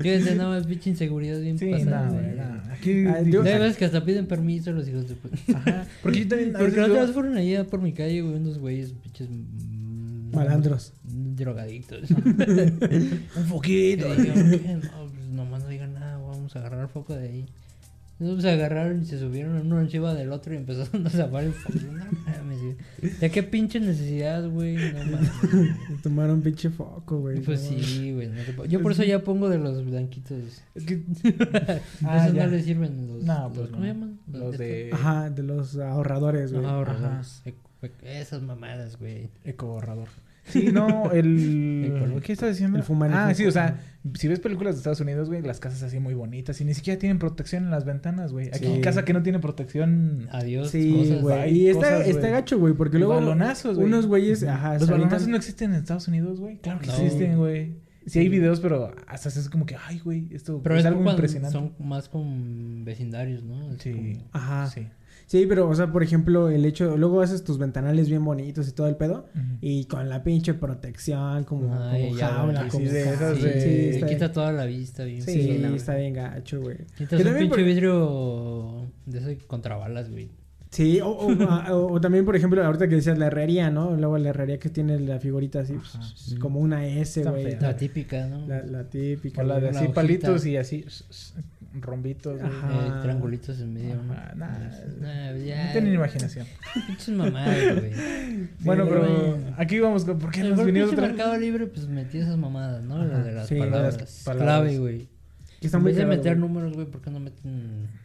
S7: Fíjense, nada más, pinche inseguridad bien
S6: Sí,
S7: pasada,
S6: nada,
S7: güey.
S6: güey. nada. Aquí.
S5: Ah, digo-
S7: Ya hay veces que hasta piden permiso los hijos de puta.
S6: Ajá. Porque yo también. a
S7: Porque
S6: veces
S7: la otra
S6: veo-
S7: vez fueron allá por mi calle, güey, unos güeyes, pinches. mm,
S5: Malandros.
S7: mm, Drogadictos.
S6: Un
S7: (laughs) Y
S5: (laughs)
S6: foquito.
S7: dijeron, "¿Qué? no, pues nomás no digan nada, vamos a agarrar foco de ahí. Entonces pues, se agarraron y se subieron uno encima del otro y empezaron a zafar el foco. No mames, güey. Ya qué pinche necesidad, güey. No
S6: (laughs)
S7: mames.
S5: Tomaron pinche foco, güey.
S7: Pues
S5: no mames.
S7: sí, güey. no te puedo- Yo por eso ya pongo de los blanquitos.
S6: Es que.
S7: Esos
S6: ya.
S7: no les sirven los.
S6: No, pues
S7: los- ¿Cómo
S6: no.
S7: llaman?
S6: Los de.
S5: Ajá, de los ahorradores, güey.
S7: Ajá,
S6: ahorradores.
S7: Esas mamadas, güey.
S6: Ecoborrador. Sí, no, el.
S7: Ecológico.
S6: ¿Qué estás diciendo?
S5: El fumanejo.
S6: ah, sí, o sea, si ves películas de Estados Unidos, güey, las casas así muy bonitas y ni siquiera tienen protección en las ventanas, güey. Aquí
S5: Sí.
S6: casa que no tiene protección.
S7: Adiós.
S5: Sí,
S7: cosas.
S5: güey.
S6: Hay
S5: Y está,
S6: cosas,
S5: está
S6: güey.
S5: gacho, güey, porque
S6: Y
S5: luego.
S6: balonazos, güey.
S5: Unos güeyes, ajá,
S6: Los
S5: se avientan-
S6: balonazos no existen en Estados Unidos, güey. Claro que
S7: No.
S6: existen, güey. Sí hay videos, pero hasta es como que, ay, güey, esto
S7: Pero
S6: es,
S7: es,
S6: algo
S7: cuando
S6: impresionante.
S7: Son más con vecindarios, ¿no? Es
S6: Sí.
S7: como-
S5: Ajá. Sí.
S6: Sí.
S5: pero, o sea, por ejemplo, el hecho. Luego haces tus ventanales bien bonitos y todo el pedo.
S6: Ujú.
S5: Y con la pinche protección, como,
S7: Ay,
S5: como
S7: ya,
S5: jaula,
S7: sí,
S5: como.
S6: de
S5: jaula.
S6: esas
S5: sí,
S6: de-
S5: sí,
S7: te
S5: está,
S7: quita toda la vista, bien.
S5: sí,
S7: fea, güey.
S5: está bien gacho, güey.
S7: Quitas
S5: Que
S7: un
S5: también
S7: pinche
S5: por-
S7: vidrio de ese contrabalas, güey.
S5: Sí,
S7: (laughs)
S5: o, o- a- o- o también, por ejemplo, ahorita que decías la herrería, ¿no? Luego la herrería que tiene la figurita así, pues,
S6: Ajá.
S5: como una S,
S6: Está
S5: güey.
S6: fea.
S7: La típica, ¿no? Eh,
S5: La, la típica.
S6: O la de
S5: güey.
S7: La
S6: así
S7: hojita.
S6: palitos y así s- s- rombitos. güey.
S5: Ajá.
S7: Eh, triangulitos en medio, ¿no? Pues,
S6: Ajá, nah,
S7: Nah, ya.
S6: No tienen imaginación.
S7: Pinches mamadas, güey.
S6: bueno,
S7: Sí,
S6: pero
S7: güey.
S6: aquí vamos con por qué
S7: Pero
S6: nos
S7: por
S6: vinimos
S7: pinche
S6: otra vez.
S7: mercado libre, pues metí esas mamadas, ¿no? Lo de las
S5: sí, las
S7: palabras.
S6: palabras.
S7: Clave, güey.
S5: Que está
S7: En
S5: muy
S7: vez de
S5: cagado,
S7: meter
S5: güey.
S7: números, güey, ¿por qué no meten.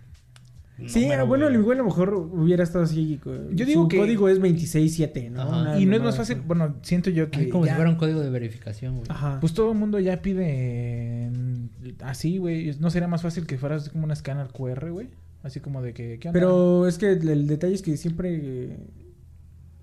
S5: Sí, ah,
S7: número,
S5: bueno,
S7: güey?
S5: igual a lo mejor hubiera estado así.
S6: Yo digo
S5: su
S6: que-
S5: código es 267, ¿no?
S7: Ajá.
S5: Una
S6: Y no es
S5: mamada
S6: más
S5: así.
S6: fácil, bueno, siento yo
S7: Ay,
S6: que
S7: como
S6: ya-
S7: si fuera un código de verificación, güey.
S5: Ajá.
S6: pues todo el mundo ya pide en- así, güey. ¿No sería más fácil que fueras como un escáner QR, güey? Así como de que ¿qué onda?
S5: Pero es que el, el detalle es que siempre eh,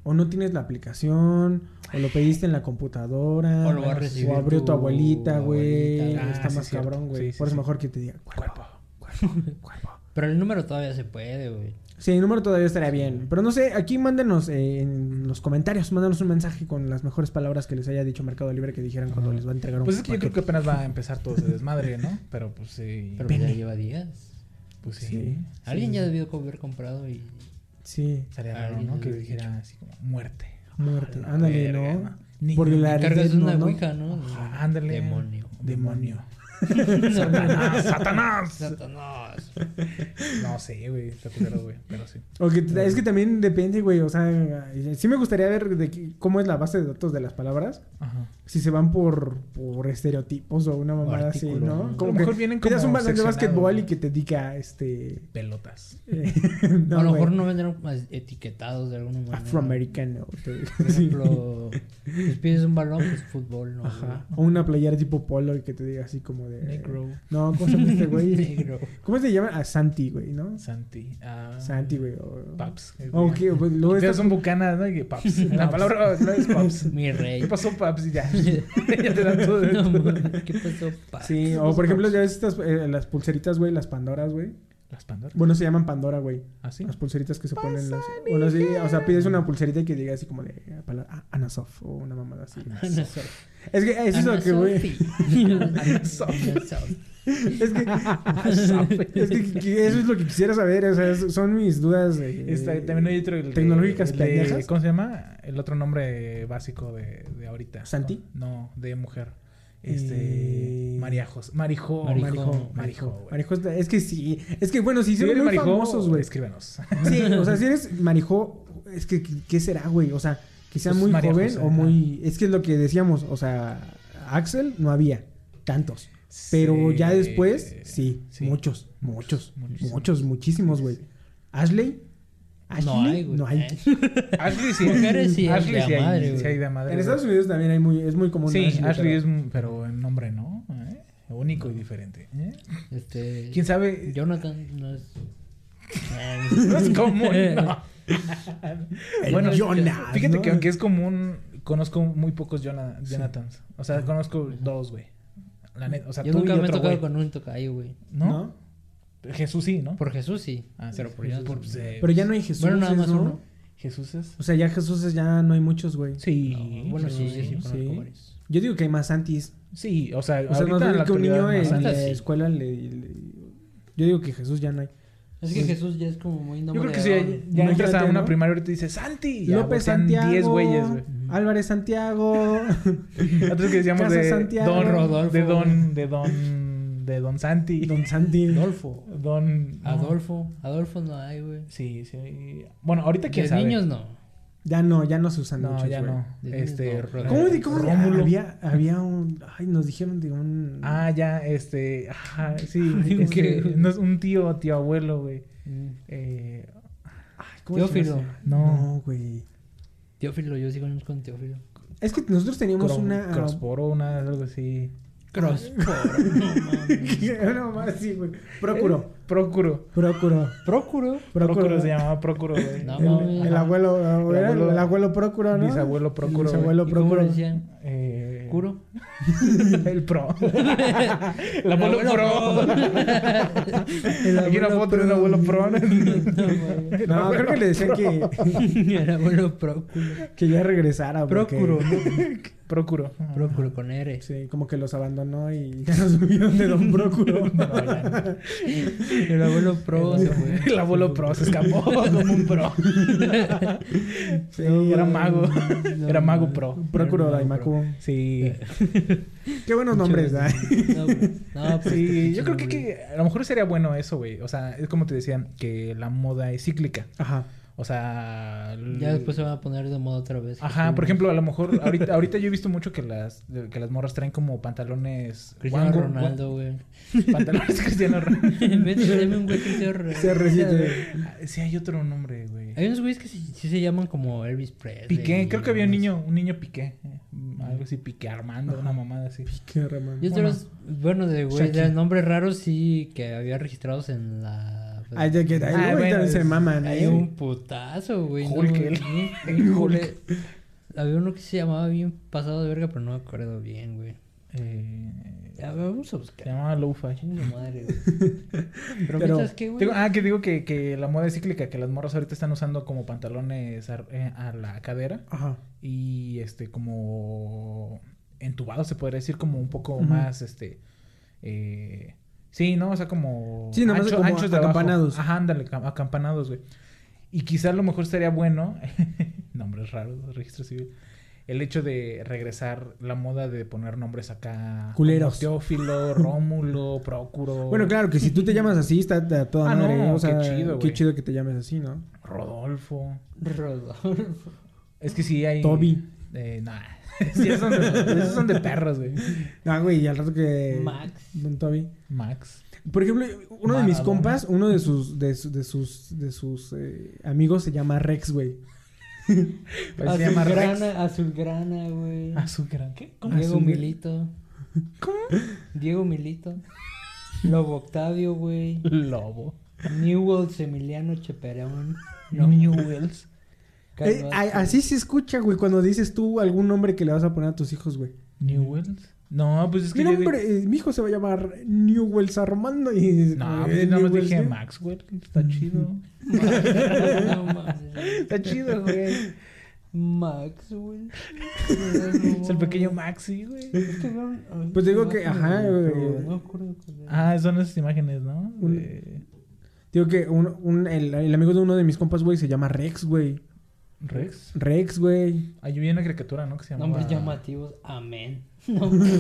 S5: o no tienes la aplicación o lo pediste en la computadora
S7: O lo va a recibir
S5: o abrió tu
S7: tu
S5: abuelita, güey.
S7: abuelita.
S6: Ah,
S5: Está
S6: sí,
S5: más
S6: cierto.
S5: cabrón, güey.
S6: Sí, sí,
S5: Por eso
S6: sí.
S5: mejor que te diga
S6: cuerpo,
S5: cuerpo.
S6: cuerpo, cuerpo.
S7: Pero el número todavía se puede, güey.
S5: Sí, el número todavía estaría bien. Pero no sé, aquí mándenos eh, en los comentarios, mándenos un mensaje con las mejores palabras que les haya dicho Mercado Libre que dijeran cuando les va a entregar un
S6: Pues es que yo creo que
S5: paquete.
S6: apenas va a empezar todo ese desmadre, ¿no? Pero pues sí.
S7: Pero pues ya lleva días.
S6: pues sí.
S5: Sí.
S7: Alguien ya debió haber comprado y.
S5: Sí,
S6: Estaría raro, ¿no? Que dijera así como muerte.
S5: muerte.
S6: A la
S5: Ándale,
S6: verga,
S5: ¿no?
S6: ¿no? Ni-
S5: Porque
S6: ni
S5: la
S7: Cargas
S5: red
S7: una
S5: no, ¿no?
S7: ouija, ¿no?
S6: Ah, ándale.
S7: Demonio.
S6: Demonio. (laughs)
S7: Satanás.
S6: Satanás. Satanás.
S7: (laughs) Satanás.
S6: No sé, güey. Está culero, güey. Pero sí.
S5: O que- es que también depende, güey. O sea, sí me gustaría ver de qué- cómo es la base de datos de las palabras.
S6: Ajá.
S5: Si se van por, por estereotipos o una mamada así,
S7: artículos,
S5: ¿no?
S7: ¿no?
S5: Como
S6: A lo mejor
S5: que
S6: vienen
S5: pidas
S6: como
S5: un balón de
S6: seccionado,
S5: básquetbol y
S6: ¿no?
S5: que te
S6: (laughs)
S5: diga, este...
S6: Pelotas.
S5: eh,
S7: a lo
S5: güey,
S7: mejor no vendrán más etiquetados de alguna manera.
S5: Afroamericano. te-
S7: Por
S5: (laughs) sí.
S7: ejemplo, les pides un balón, pues fútbol, ¿no?
S5: Ajá. O una playera tipo polo y que te diga así como de...
S6: eh, Negro.
S5: No, ¿cómo se
S7: (laughs)
S5: llama
S6: (laughs)
S5: este
S7: güey?
S5: güey?
S7: Negro.
S5: ¿Cómo se llama? Ah, Santi, güey, ¿no?
S6: Santi. Ah,
S5: Santi, güey. o-
S6: Paps.
S5: O que pues, luego
S6: Ustedes
S5: está-
S6: son bucanas, ¿no? Y que paps. La
S7: Paps.
S6: palabra no es paps.
S7: pues, (laughs) Mi
S6: (laughs)
S7: rey.
S6: ¿Qué pasó, paps? Y
S7: (laughs)
S6: ya. ya te dan (laughs) todo.
S7: No, mames, ¿Qué pasó, pa?
S5: Sí, o por ejemplo, ya ves estas, eh, las pulseritas, güey, las pandoras, güey.
S6: Las Pandoras.
S5: Bueno, se llaman Pandora, güey.
S6: Así.
S5: Las pulseritas que se ponen las... Bueno, sí, o sea, pides una pulserita que diga así como de... eh, palabra- ah, Ana Sof o una
S6: (laughs)
S5: mamada así.
S7: Ana Sof-
S5: Es que eso es
S7: Ana
S5: lo que, güey...
S7: Sofi. Ana
S6: Sofi. (laughs)
S7: Sofi.
S5: Es que, es que- (laughs) que eso es lo que quisiera saber, o sea, es- son mis dudas... eh,
S6: Esta- también hay otro. el de-
S5: Tecnológicas
S6: el de-
S5: pendejas.
S6: ¿Cómo se llama? El otro nombre básico de, de ahorita.
S5: ¿Santi?
S6: No, de mujer. Este.
S5: Eh,
S6: Marijos. Marijo.
S7: Marijo,
S5: Marijo,
S6: Marijo,
S5: Marijo,
S6: güey.
S5: Marijo, está- es que sí, es que bueno, si
S6: Si
S5: son
S6: eres
S5: muy
S6: Marijo,
S5: famosos, güey.
S6: escríbenos.
S5: Sí, (laughs) o sea, si eres Marijo, es que, ¿qué será, güey? O sea, que sea
S6: Pues
S5: muy
S6: María
S5: joven
S6: José,
S5: o muy... Es que es lo que decíamos, o sea, Axel no había tantos. Pero
S6: Sí.
S5: ya después, sí, muchos, muchos,
S6: Muchos,
S5: muchos,
S6: muchísimos.
S5: muchísimos, güey. Ashley, Ashley,
S7: No hay, güey. ¿eh?
S5: no hay.
S6: (laughs) Eh, Ashley sí.
S7: Mujeres sí hay
S6: Ashley
S7: de
S6: sí
S7: a madre,
S6: hay,
S7: güey.
S6: sí hay de madre.
S5: En
S6: güey.
S5: Estados Unidos también hay muy, es muy común.
S6: Sí, Ashley,
S5: pero-
S6: es. un- Pero en nombre, ¿no? ¿Eh? Único y diferente. ¿eh?
S7: Este,
S6: ¿Quién sabe? (laughs)
S7: Jonathan no es.
S6: No es común,
S7: (laughs)
S6: no.
S7: Ah,
S5: El
S6: Bueno,
S5: Jonas,
S6: Fíjate
S5: ¿no?
S6: que aunque es común, conozco muy pocos Jona- Jonathans. O sea, conozco dos, güey. La neta, o sea,
S7: Yo
S6: tú
S7: nunca
S6: y
S7: me he
S6: otro
S7: tocado
S6: güey.
S7: con un tocayo, güey.
S6: ¿No? Jesús sí, ¿no?
S7: Por Jesús sí.
S6: Ah, sí,
S7: pero
S6: sí,
S7: por Jonathan.
S6: Jesús, pues,
S7: no.
S6: eh,
S5: Pero ya no hay Jesús,
S7: Bueno, nada más
S5: ¿no?
S7: uno.
S6: Jesús es.
S5: O sea, ya Jesús ya no hay muchos, güey.
S6: Sí.
S7: No, bueno, sí, sí,
S6: sí.
S7: conozco
S5: sí.
S7: varios.
S5: Yo digo que hay más Santis.
S6: Sí, o sea,
S5: O sea, más
S6: ahorita en
S5: bien
S6: la
S5: que un niño
S6: actualidad,
S5: en
S6: no,
S5: la
S7: Santis sí.
S5: escuela le, le- Yo digo que Jesús ya no hay.
S7: Es que Jesús ya es como muy
S6: Yo creo
S7: nombre
S6: que
S7: de
S6: si ya,
S7: varón.
S6: ya entras a
S5: Imagínate,
S6: una
S5: ¿no?
S6: primaria ahorita y dices ¡Santi! Ya
S5: López
S6: voltean
S5: Santiago.
S6: 10 güeyes, güey. (laughs)
S5: Álvarez Santiago.
S6: Otros que decíamos
S5: Casa
S6: de
S5: Santiago.
S6: Don
S7: Rodolfo.
S6: De Don, de Don, de Don Santi.
S5: Don Santi.
S7: Adolfo.
S6: Don. no.
S7: Adolfo. Adolfo no hay, güey.
S6: Sí, sí. Bueno, ahorita quién
S7: De
S6: sabe.
S7: niños no.
S5: Ya no, ya no se usan
S6: No,
S5: muchos,
S6: ya
S5: güey.
S6: no.
S7: De niños
S6: Este,
S7: no.
S6: Ro-
S5: ¿Cómo, de- cómo de-
S6: Rómulo.
S5: Había, había un... Ay, nos dijeron de un...
S6: Ah, ya, este, ajá, sí,
S7: Digo
S6: este,
S7: que-
S6: no es un tío, tío abuelo, güey.
S7: Mm.
S6: Eh,
S5: Ay, ¿cómo se
S7: Teófilo.
S5: llama?
S6: No.
S5: No, güey.
S7: Teófilo, yo sí conozco con Teófilo.
S5: Es que nosotros teníamos
S6: cro-
S5: una... ah, (laughs)
S6: Crosporo, una, algo así.
S7: (laughs) Cross. No mames.
S5: Una mamá así, güey. Procuro.
S6: Eh, Procuro.
S5: Procuro.
S7: Procuro.
S6: ¿Eh? Procuro,
S5: Procuro.
S6: se llamaba Procuro, güey.
S7: No,
S5: El,
S7: mames.
S5: el abuelo,
S6: El
S5: era el abuelo,
S6: abuelo-
S5: Procuro, ¿no?
S6: bisabuelo Procuro,
S5: El bisabuelo
S7: ¿Y cómo
S5: Procuro.
S7: le decían?
S6: Eh,
S7: ¿Curo?
S6: (laughs) El
S7: (laughs)
S6: pro. el abuelo
S7: El
S6: pro.
S5: El
S6: Aquí una
S5: abuelo
S6: foto de un abuelo pro.
S7: (laughs) No, mames.
S6: El
S5: No,
S6: abuelo
S5: creo que le decían
S6: pro. (laughs)
S5: que,
S7: El abuelo Próculo.
S5: que ya regresara.
S6: (laughs)
S5: porque-
S7: Procuro, ¿no?
S6: Procuro. Ah.
S7: Próculo
S6: (laughs)
S7: con R.
S5: Sí, como que los abandonó y (laughs) ya los subieron de Don Procuro.
S6: (laughs) No, ya no.
S7: El abuelo Pro se fue.
S6: (laughs) El abuelo pro se
S7: (laughs)
S6: escapó como un pro.
S5: Sí,
S6: Era mago. (laughs)
S7: no,
S6: Era mago
S7: no.
S6: pro.
S5: Procuro
S7: Era mago
S5: Daimaku.
S6: Sí.
S5: Qué buenos nombres, ¿verdad?
S7: No, güey. No, pues, qué
S6: Sí,
S7: pinche
S6: yo creo que,
S7: nombre.
S6: que a lo mejor sería bueno eso, güey. O sea, es como te decían, que la moda es cíclica.
S5: (laughs) Ajá.
S6: O sea... el-
S7: Ya después se van a poner de moda otra vez.
S6: Ajá, por ejemplo, a lo mejor ahorita, ahorita yo he visto mucho que las que las morras traen como pantalones
S7: Cristiano
S6: guango-
S7: Ronaldo, güey.
S6: guan- (laughs) pantalones Cristiano
S7: (laughs)
S6: Ronaldo.
S7: Vete, dame un güey Cristiano Ronaldo.
S5: CR7.
S6: Ah, Sí, hay otro nombre, güey.
S7: Hay unos güeyes que sí, sí se llaman como Elvis Presley.
S6: Piqué, creo que había un
S7: unos-
S6: niño, un niño Piqué, eh, algo así Piqué Armando, una mamada así.
S5: Qué remano.
S7: Yo te
S6: Bueno.
S7: este los- bueno, de güey, de
S6: Shakira.
S7: nombres raros sí que había registrados en la. pues,
S5: Ay, ya que ay,
S6: Ah,
S5: luego
S6: bueno,
S5: ya se
S6: es-
S5: maman,
S7: hay
S5: ¿eh?
S7: un putazo, güey. no,
S6: Hulk,
S7: güey,
S6: el- (laughs)
S7: híjole. Había uno que se llamaba bien pasado de verga, pero no me acuerdo bien, güey.
S6: Eh,
S7: Ya, vamos a
S6: se
S7: buscar.
S6: llamaba Lo-Fi.
S7: Chingue su
S6: (laughs)
S7: madre, güey. Pero,
S5: Pero,
S7: mientras que, güey.
S6: Digo, ah, que digo que, que la moda es cíclica, que las morras ahorita están usando como pantalones ar- eh, a, la cadera
S5: Ajá.
S6: y este como entubados, se podría decir, como un poco
S5: Ujú.
S6: más este. eh, sí, ¿no? O sea, como.
S5: Sí, nomás como
S6: abajo.
S5: acampanados.
S6: Ajá, ándale, cam- acampanados, güey. Y quizás lo mejor sería bueno, (laughs) nombres raros, registro civil, el hecho de regresar la moda de poner nombres acá.
S5: Culeros.
S6: como
S5: (laughs)
S6: Teófilo, Rómulo, Prócuro.
S5: Bueno, claro que si tú te llamas así, está de a toda
S6: Ah, no,
S5: madre. ¿eh? o
S6: qué
S5: sea, qué
S6: chido,
S5: chido,
S6: güey.
S5: que te llames así, ¿no?
S6: Rodolfo.
S7: Rodolfo.
S6: Es que sí hay.
S5: Toby.
S6: Eh, nah. (laughs) Sí, esos son, de, esos son de perros, güey.
S5: Ah, güey, y al rato
S6: eh,
S5: que.
S7: Max.
S5: Don Toby.
S6: Max.
S5: Por ejemplo, uno de mis
S6: Maradona.
S5: compas, uno de sus, de, su- de sus, de sus eh, amigos se llama Rex, güey. Ah,
S6: Pues se llama Rex.
S7: Azulgrana, Azulgrana, güey.
S6: Azúcar. ¿Qué? ¿Cómo?
S7: Diego
S5: Azulgrana.
S6: (laughs)
S7: Milito. Diego Milito. Lobo Octavio, güey.
S6: Lobo.
S7: Newells Emiliano Cheperón.
S6: Newells.
S5: Eh,
S7: Calvazo.
S5: a- así se escucha, güey, cuando dices tú algún nombre que le vas a poner a tus hijos, güey.
S6: Newells. No, pues es que.
S5: Mi
S6: yo
S5: nombre, eh, mi hijo se va a llamar Newells Armando y...
S6: digo- No,
S5: eh,
S6: pues nada más
S5: Newells,
S6: dije
S5: ¿sí?
S6: Max, güey. Está chido.
S7: (laughs) No mames.
S6: (laughs) Está chido, güey.
S7: Max, güey.
S6: (laughs) Es el pequeño Maxi, güey.
S7: Este
S5: Pues digo que, ajá, güey.
S7: No me acuerdo cuál era.
S6: Ah, son esas imágenes, ¿no?
S5: Un-
S6: De
S5: Digo que un, un- el, el amigo de uno de mis compas, güey, se llama Rex, güey.
S6: Rex.
S5: Rex, güey.
S6: Ah, yo vi una caricatura, ¿no? Que se llamaba...
S7: Nombres llamativos. Amén. (laughs) Nombres
S6: (laughs)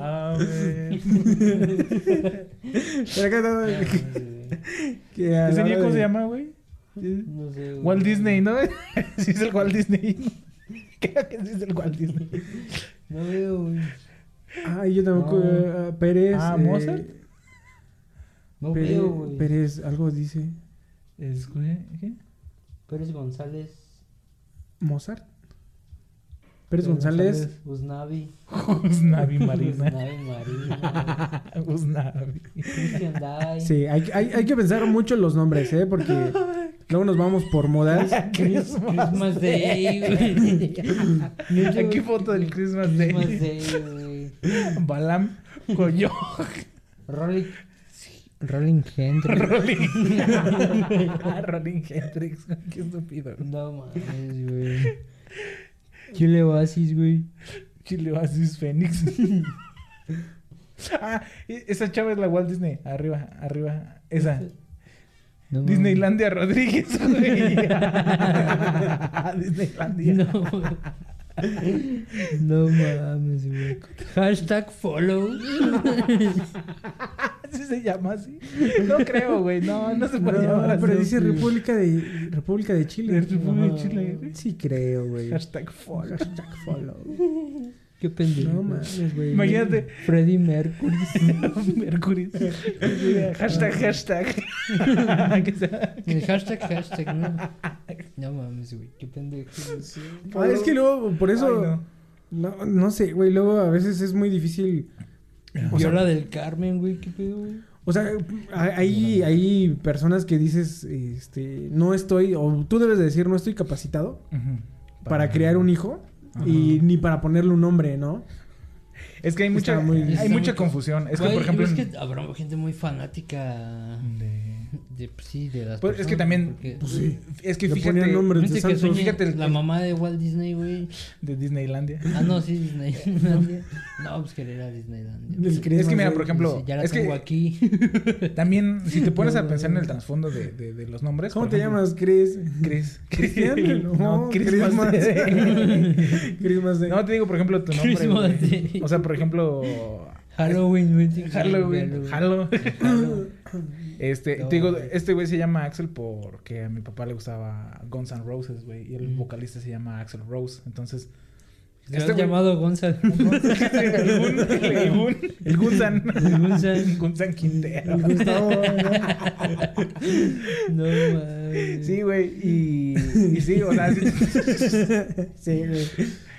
S6: Ah, güey.
S5: Pero acá está- que-
S7: llamativos,
S5: que a la
S6: Ah, ¿Ese
S5: hora
S6: niño cómo
S5: de-
S6: se llama, güey?
S7: No sé, güey.
S6: Walt Disney, ¿no? (laughs) Sí es el Walt Disney. (laughs) Creo que sí es el Walt Disney.
S7: No veo, güey.
S5: Ah, yo tampoco...
S6: No.
S5: eh, Pérez...
S6: Ah, ¿Mozart?
S7: No
S5: Pérez,
S7: veo, güey.
S5: Pérez, algo dice...
S6: Es, güey, (laughs) ¿qué?
S7: Pérez González.
S5: ¿Mozart? Pérez González...
S7: Usnavi.
S6: Usnavi Marina.
S7: Usnavi
S5: (laughs)
S7: Marina.
S6: Usnavi.
S7: Christian Dye.
S5: Sí, hay, hay, hay que pensar mucho en los nombres,
S6: (laughs)
S5: ¿eh? Porque luego nos vamos por modas.
S7: Chris- Christmas Day, güey.
S6: Aquí foto del Christmas Day.
S7: Christmas Day, güey.
S6: Balam Coyo.
S7: (laughs) Rolling. Rolling
S6: Ah,
S7: Hendrix.
S6: Rolling. Rolling Hendrix. Qué estúpido.
S7: No mames, güey. Chile Oasis, güey.
S6: Chile Oasis Fénix. Ah, e- esa chava es la Walt Disney. Arriba, arriba. Esa.
S7: No mames.
S6: Disneylandia Rodríguez,
S7: (laughs)
S6: güey. Disneylandia.
S5: (laughs)
S7: No, güey. No mames, güey. Hashtag follow.
S6: ¿Sí se llama así? No creo, güey. No, no se
S5: No,
S6: puede llamar así.
S5: pero dice República de, República de Chile.
S6: De República de Chile, güey.
S5: Sí creo, güey.
S6: Hashtag follow.
S5: Hashtag follow.
S7: Qué pendejo.
S5: No mames, güey.
S6: Imagínate.
S7: Freddie
S5: (laughs)
S7: Mercury.
S6: Mercury. hashtag, hashtag. Que sea-
S7: El hashtag, hashtag, no. No mames, güey. Qué pendejo.
S5: Ah, es que luego, por eso...
S6: Ay, no.
S5: no. no sé, güey. Luego a veces es muy difícil... O sea,
S7: Viola del Carmen, güey. Qué pedo, güey.
S5: o sea, hay, hay personas que dices, este, no estoy, o tú debes de decir, no estoy capacitado
S6: Ujú.
S5: para, crear un hijo y ni para ponerle un nombre, ¿no?
S6: Es que hay mucha,
S5: Está muy-
S6: hay
S7: está
S6: mucha
S7: muy-
S6: confusión. Es que,
S7: Güey,
S6: por ejemplo.
S7: Es
S6: en-
S7: que habrá gente muy fanática.
S6: de-
S7: De, pues, sí, de las
S6: Pues, es que
S7: personas,
S6: también-
S7: porque-
S5: Pues sí.
S6: Es que
S5: Le
S6: fíjate.
S5: ponían nombres
S7: Fíjate
S5: de
S7: que
S5: santos.
S7: sueñe
S6: fíjate el-
S7: la mamá de Walt Disney, güey.
S6: De Disneylandia.
S7: Ah, no, sí, Disneylandia. No, pues querer a Disneylandia.
S5: Del
S7: Sí,
S6: Es que, mira,
S5: Christmas,
S6: por
S5: güey.
S6: ejemplo.
S7: ya la
S6: es
S7: tengo
S6: que
S7: aquí.
S6: también, si te pones a pensar en el trasfondo de, de- de los nombres.
S5: ¿Cómo
S6: por
S5: te
S6: ejemplo,
S5: llamas, Chris? (laughs)
S6: Chris. (laughs)
S5: Cristian, no,
S6: Christmas
S5: Christmas
S6: Day.
S5: Day. Christmas Day.
S6: (laughs) No, te digo, por ejemplo, tu nombre. güey.
S7: Christmas Day.
S6: O sea, por ejemplo.
S7: Halloween, güey.
S6: Halloween. Halloween.
S7: Halloween.
S6: Este,
S7: No,
S6: te digo,
S7: güey.
S6: este güey se llama Axel porque a mi papá le gustaba Guns N' Roses, güey. Y el vocalista se llama Axel Rose. Entonces,
S7: Se
S6: Este
S7: ha
S6: güey-
S7: llamado Gonzalo.
S6: (laughs)
S7: (laughs)
S6: el Gun, el Gun, el
S5: (laughs)
S6: Gunsan.
S7: El Gunsan.
S6: Gunsan Quintero.
S5: El Gustavo, ¿no?
S7: No mames.
S6: (laughs) Sí, güey. Y, y sí, o sea, sí-
S5: (laughs) Sí, güey.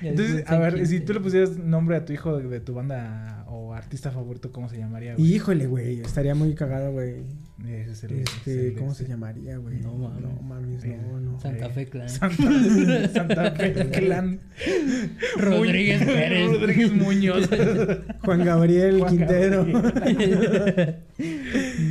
S7: El
S6: Entonces, a
S7: Gonzalo
S6: ver, si
S7: Quintero.
S6: tú le pusieras nombre a tu hijo de, de tu banda o a artista favorito, ¿cómo se llamaría, güey?
S5: Híjole, güey, estaría muy cagado, güey.
S6: Ese es el- ese es
S5: Este,
S6: el-
S5: ¿cómo
S6: ese.
S5: se llamaría, güey?
S7: No mames.
S5: No mames, no, no.
S7: Santa Fe Clan. (laughs)
S6: Santa, (laughs) Santa Fe Clan.
S7: Rodríguez
S6: Muñoz.
S7: Pérez.
S6: Rodríguez Muñoz.
S5: Juan
S6: (laughs)
S5: Gabriel
S6: Juan
S5: Quintero. (laughs)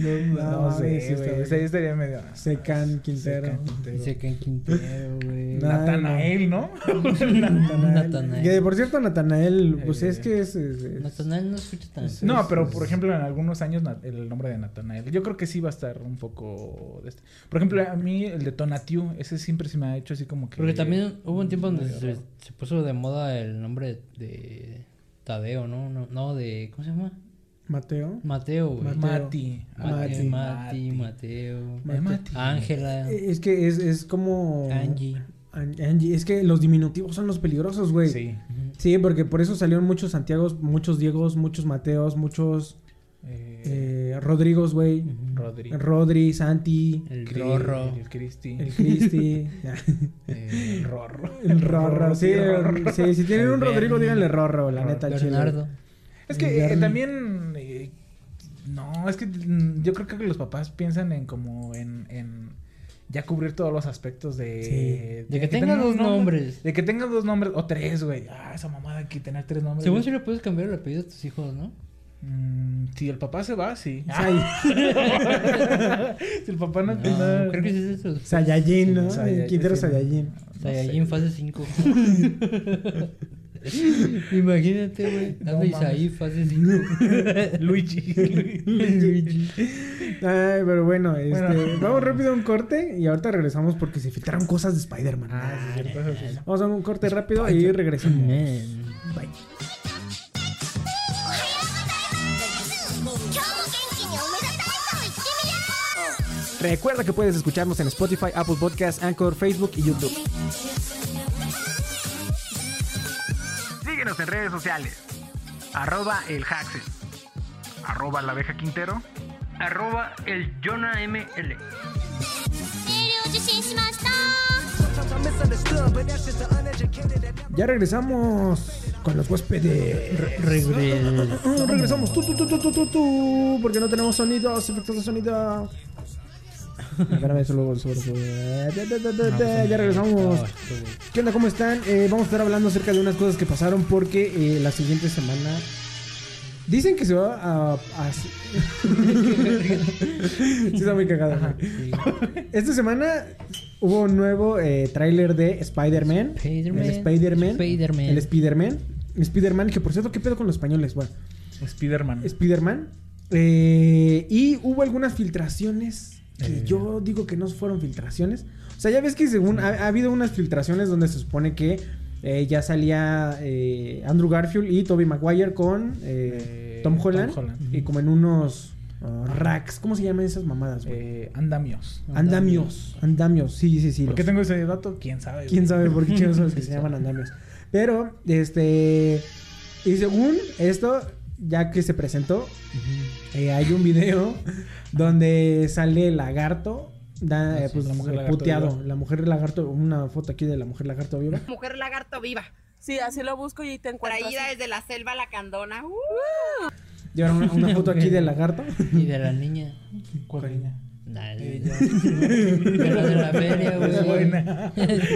S6: No,
S5: No
S6: sé,
S5: mames, sí está
S6: güey.
S5: bien.
S6: Ese estaría medio.
S5: Secan Quintero.
S6: Secan Quintero.
S7: (laughs) Dice que en Quintero, güey.
S5: Na-
S6: Natanael, ¿no?
S5: (laughs) Natanael.
S7: Natanael.
S5: Que por cierto, Natanael, pues
S6: Eh,
S5: es que es. es- es-
S7: Natanael no escucha tan.
S5: Sí.
S6: No, pero por ejemplo, en algunos años na- el nombre de Natanael. Yo creo que sí va a estar un poco. De este. Por ejemplo, a mí el de Tonatiu, ese siempre se me ha hecho así como que.
S7: Porque también hubo un tiempo donde
S6: Medio
S7: se,
S6: raro.
S7: se puso de moda el nombre de Tadeo, ¿no? No, no, de. ¿Cómo se llama?
S5: Mateo.
S7: Mateo, güey.
S5: Mateo.
S6: Mati.
S7: Mati,
S5: Mati.
S7: Mati, Mateo.
S6: Mati. Mati. Eh,
S7: Ángela.
S5: Eh, Es que es, es como.
S7: Angie.
S5: An- Angie. Es que los diminutivos son los peligrosos, güey.
S6: Sí.
S5: Sí, porque por eso salieron muchos Santiagos, muchos Diegos, muchos Mateos, muchos
S6: Eh,
S5: eh, Rodrigos, güey.
S6: Rodri.
S5: Rodri, Santi,
S7: El
S6: Cri-
S7: Rorro.
S6: El Cristi.
S5: el Cristi,
S6: (laughs) eh, el Rorro.
S5: el Rorro. Sí,
S6: Rorro.
S5: el- sí, si tienen un
S7: El
S5: Rodrigo,
S7: Bernie.
S5: díganle Rorro, la
S6: Rorro.
S5: neta, al chile.
S7: Bernardo.
S6: Es
S5: El
S6: que eh,
S5: Bernie.
S6: también. eh, no, es que mm, yo creo que los papás piensan en como en. en ya cubrir todos los aspectos de.
S5: Sí.
S6: De,
S7: que tenga dos nombres.
S6: De que tenga dos nombres o tres, güey. Ah, esa mamada hay que tener tres nombres.
S7: Según
S6: güey.
S7: si le puedes cambiar el apellido a tus hijos, ¿no?
S6: Mm, si el papá se va,
S7: (laughs)
S6: sí.
S5: Ay,
S6: (laughs) si el papá no,
S7: No,
S6: te da-
S7: creo que sí es eso.
S5: Sayajin, ¿no?
S6: Sayajin,
S5: Quintero
S6: sí, no.
S5: Sayajin.
S6: No
S7: Saiyajin
S6: sé. (laughs)
S7: fase 5. (laughs) Imagínate, güey.
S6: No
S7: Hazme
S6: mames.
S7: Isaí fase 5.
S6: (laughs)
S7: (laughs)
S6: Luigi.
S5: Ay, pero bueno, este,
S6: Bueno.
S5: vamos rápido a un corte y ahorita regresamos porque se filtraron cosas de Spider-Man.
S6: Ah, sí, cierto, eso sí. Mm.
S5: Vamos a un corte rápido y regresamos. Bye.
S3: におめでたいと言ってみよ
S5: Recuerda que puedes escucharnos en Spotify, Apple Podcasts, Anchor, Facebook y YouTube.
S1: Síguenos en redes sociales. Arroba el Haxel. Arroba la abeja Quintero. Arroba el Jonah ML.
S3: うメールを受信しました
S5: Ya regresamos con los huéspedes.
S6: (laughs)
S5: Ah, regresamos. Tu, tu, tu, tu, tu, tu, tu, porque no tenemos sonidos, efectos de sonido. Espérame, eso luego, eso luego, eso luego. Ya, ya, ya, ya, ya, Ya
S7: Ah,
S5: regresamos. ¿Qué onda? ¿Cómo están? Eh, vamos a estar hablando acerca de unas cosas que pasaron porque eh, la siguiente semana... Dicen que se va a... a- (laughs) sí, está muy cagado. güey. Esta semana hubo un nuevo eh, tráiler de Spider-Man.
S7: Spider-Man.
S5: El Spider-Man.
S7: Spider-Man.
S5: El Spider-Man. Spider-Man, que por cierto, ¿qué pedo con los españoles? Bueno,
S6: Spider-Man.
S5: Spider-Man. Eh, y hubo algunas filtraciones que
S6: Eh.
S5: yo digo que no fueron filtraciones. O sea, ya ves que según ha, ha habido unas filtraciones donde se supone que eh, ya salía eh, Andrew Garfield y Tobey Maguire con eh,
S6: Eh,
S5: Tom
S6: Tom
S5: Holland.
S6: Holland.
S5: Y como en unos ah, racks. ¿Cómo se llaman esas mamadas, güey?
S6: Eh, andamios.
S5: Andamios, andamios, sí, sí, sí.
S6: ¿Por qué
S5: los-
S6: tengo ese dato? ¿Quién sabe?
S5: ¿Quién
S6: güey?
S5: sabe por qué chingados son los que se llaman andamios? Pero, este... Y según esto, ya que se presentó, eh, hay un video donde sale el lagarto, da,
S6: Ah,
S5: eh,
S6: sí,
S5: pues,
S6: la mujer
S5: eh,
S6: lagarto
S5: puteado.
S6: viva.
S5: La mujer lagarto, una foto aquí de la mujer lagarto viva.
S8: Mujer lagarto viva,
S9: Sí, así lo busco y te encuentras.
S8: traída desde la selva lacandona. ¡Uh!
S5: Y ahora
S6: (laughs)
S5: una, una foto aquí de lagarto.
S7: Y de la niña.
S6: ¿Cuál niña?
S7: Nah,
S6: (laughs)
S7: de de la de la feria, güey.
S6: Esa es buena.
S7: (laughs)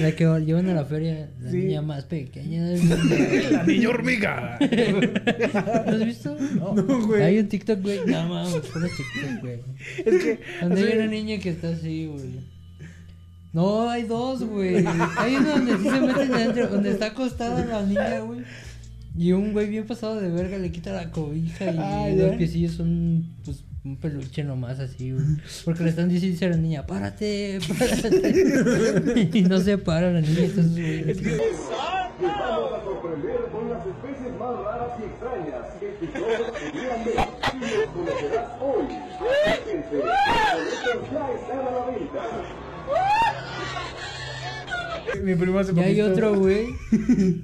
S7: La que llevan a la feria, la
S6: Sí.
S7: niña más pequeña del mundo.
S6: (laughs) La niña hormiga.
S7: ¿Lo has visto? No,
S6: güey.
S7: Hay un TikTok, güey. No mames, puro TikTok, güey.
S6: es que.
S7: Donde hay una niña que está así, güey. No, hay dos, güey. Hay uno donde sí se meten adentro, donde está acostada la niña, güey. Y un güey bien pasado de verga le quita la cobija y
S6: Ah,
S7: los
S6: ya.
S7: piecillos son pues un peluche nomás así, güey. Porque le están diciendo a la niña, párate, párate. (laughs) y no se para la niña, entonces, güey.
S6: Mi prima se
S7: Y hay
S6: (laughs)
S7: otro, güey,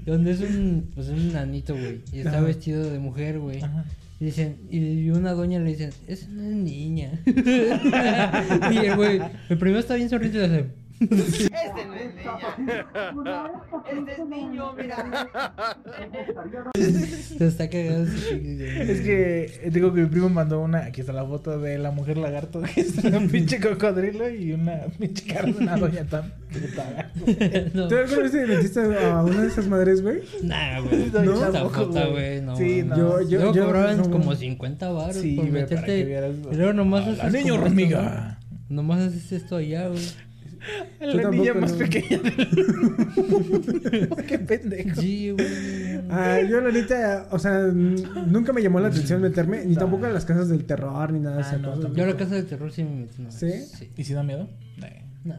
S7: donde es un, pues un nanito, güey, y está
S5: Ajá.
S7: vestido de mujer, güey.
S6: Ajá.
S7: Y dicen, y una doña le (laughs) dicen, esa no es niña. y el güey, el primero está bien sonriente y le hace,
S10: Este no es niño. Este es niño, mira.
S7: (laughs) Se está cagando. su chiqui,
S6: (laughs)
S7: güey.
S6: Es que eh, digo que mi primo mandó una. Aquí está la foto de la mujer lagarto.
S5: (laughs)
S6: Que es un pinche cocodrilo y una pinche carne, una doña tan puta.
S7: No.
S5: ¿Tú alguna vez te metiste a una de esas madres, güey?
S7: Nah, güey.
S6: No,
S7: No,
S6: yo tampoco,
S7: tampoco,
S6: güey.
S7: güey. No,
S6: Sí,
S7: mames.
S5: no. Yo- yo-
S7: Luego
S5: yo-
S7: cobraban
S5: no,
S7: como
S5: güey.
S7: 50 baros
S6: Sí,
S7: por
S6: güey, para
S7: meterte.
S6: que vieras, güey.
S7: Y luego nomás
S6: A la
S7: haces
S6: niña
S7: como
S6: hormiga.
S7: esto, ¿no? Nomás haces esto allá,
S5: (laughs)
S7: güey.
S5: Yo
S6: La
S5: tampoco,
S6: niña más
S5: no.
S6: pequeña del mundo. Qué pendejo.
S7: Sí, güey.
S5: Ah, yo la neta, o sea, mm, nunca me llamó la atención meterme, ni tampoco a las casas del terror, ni nada de
S6: Ah,
S5: esas
S6: no,
S5: cosas.
S7: Yo a la casa de terror sí me metí. No,
S5: ¿Sí?
S6: ¿Y si da miedo? Eh.
S7: No.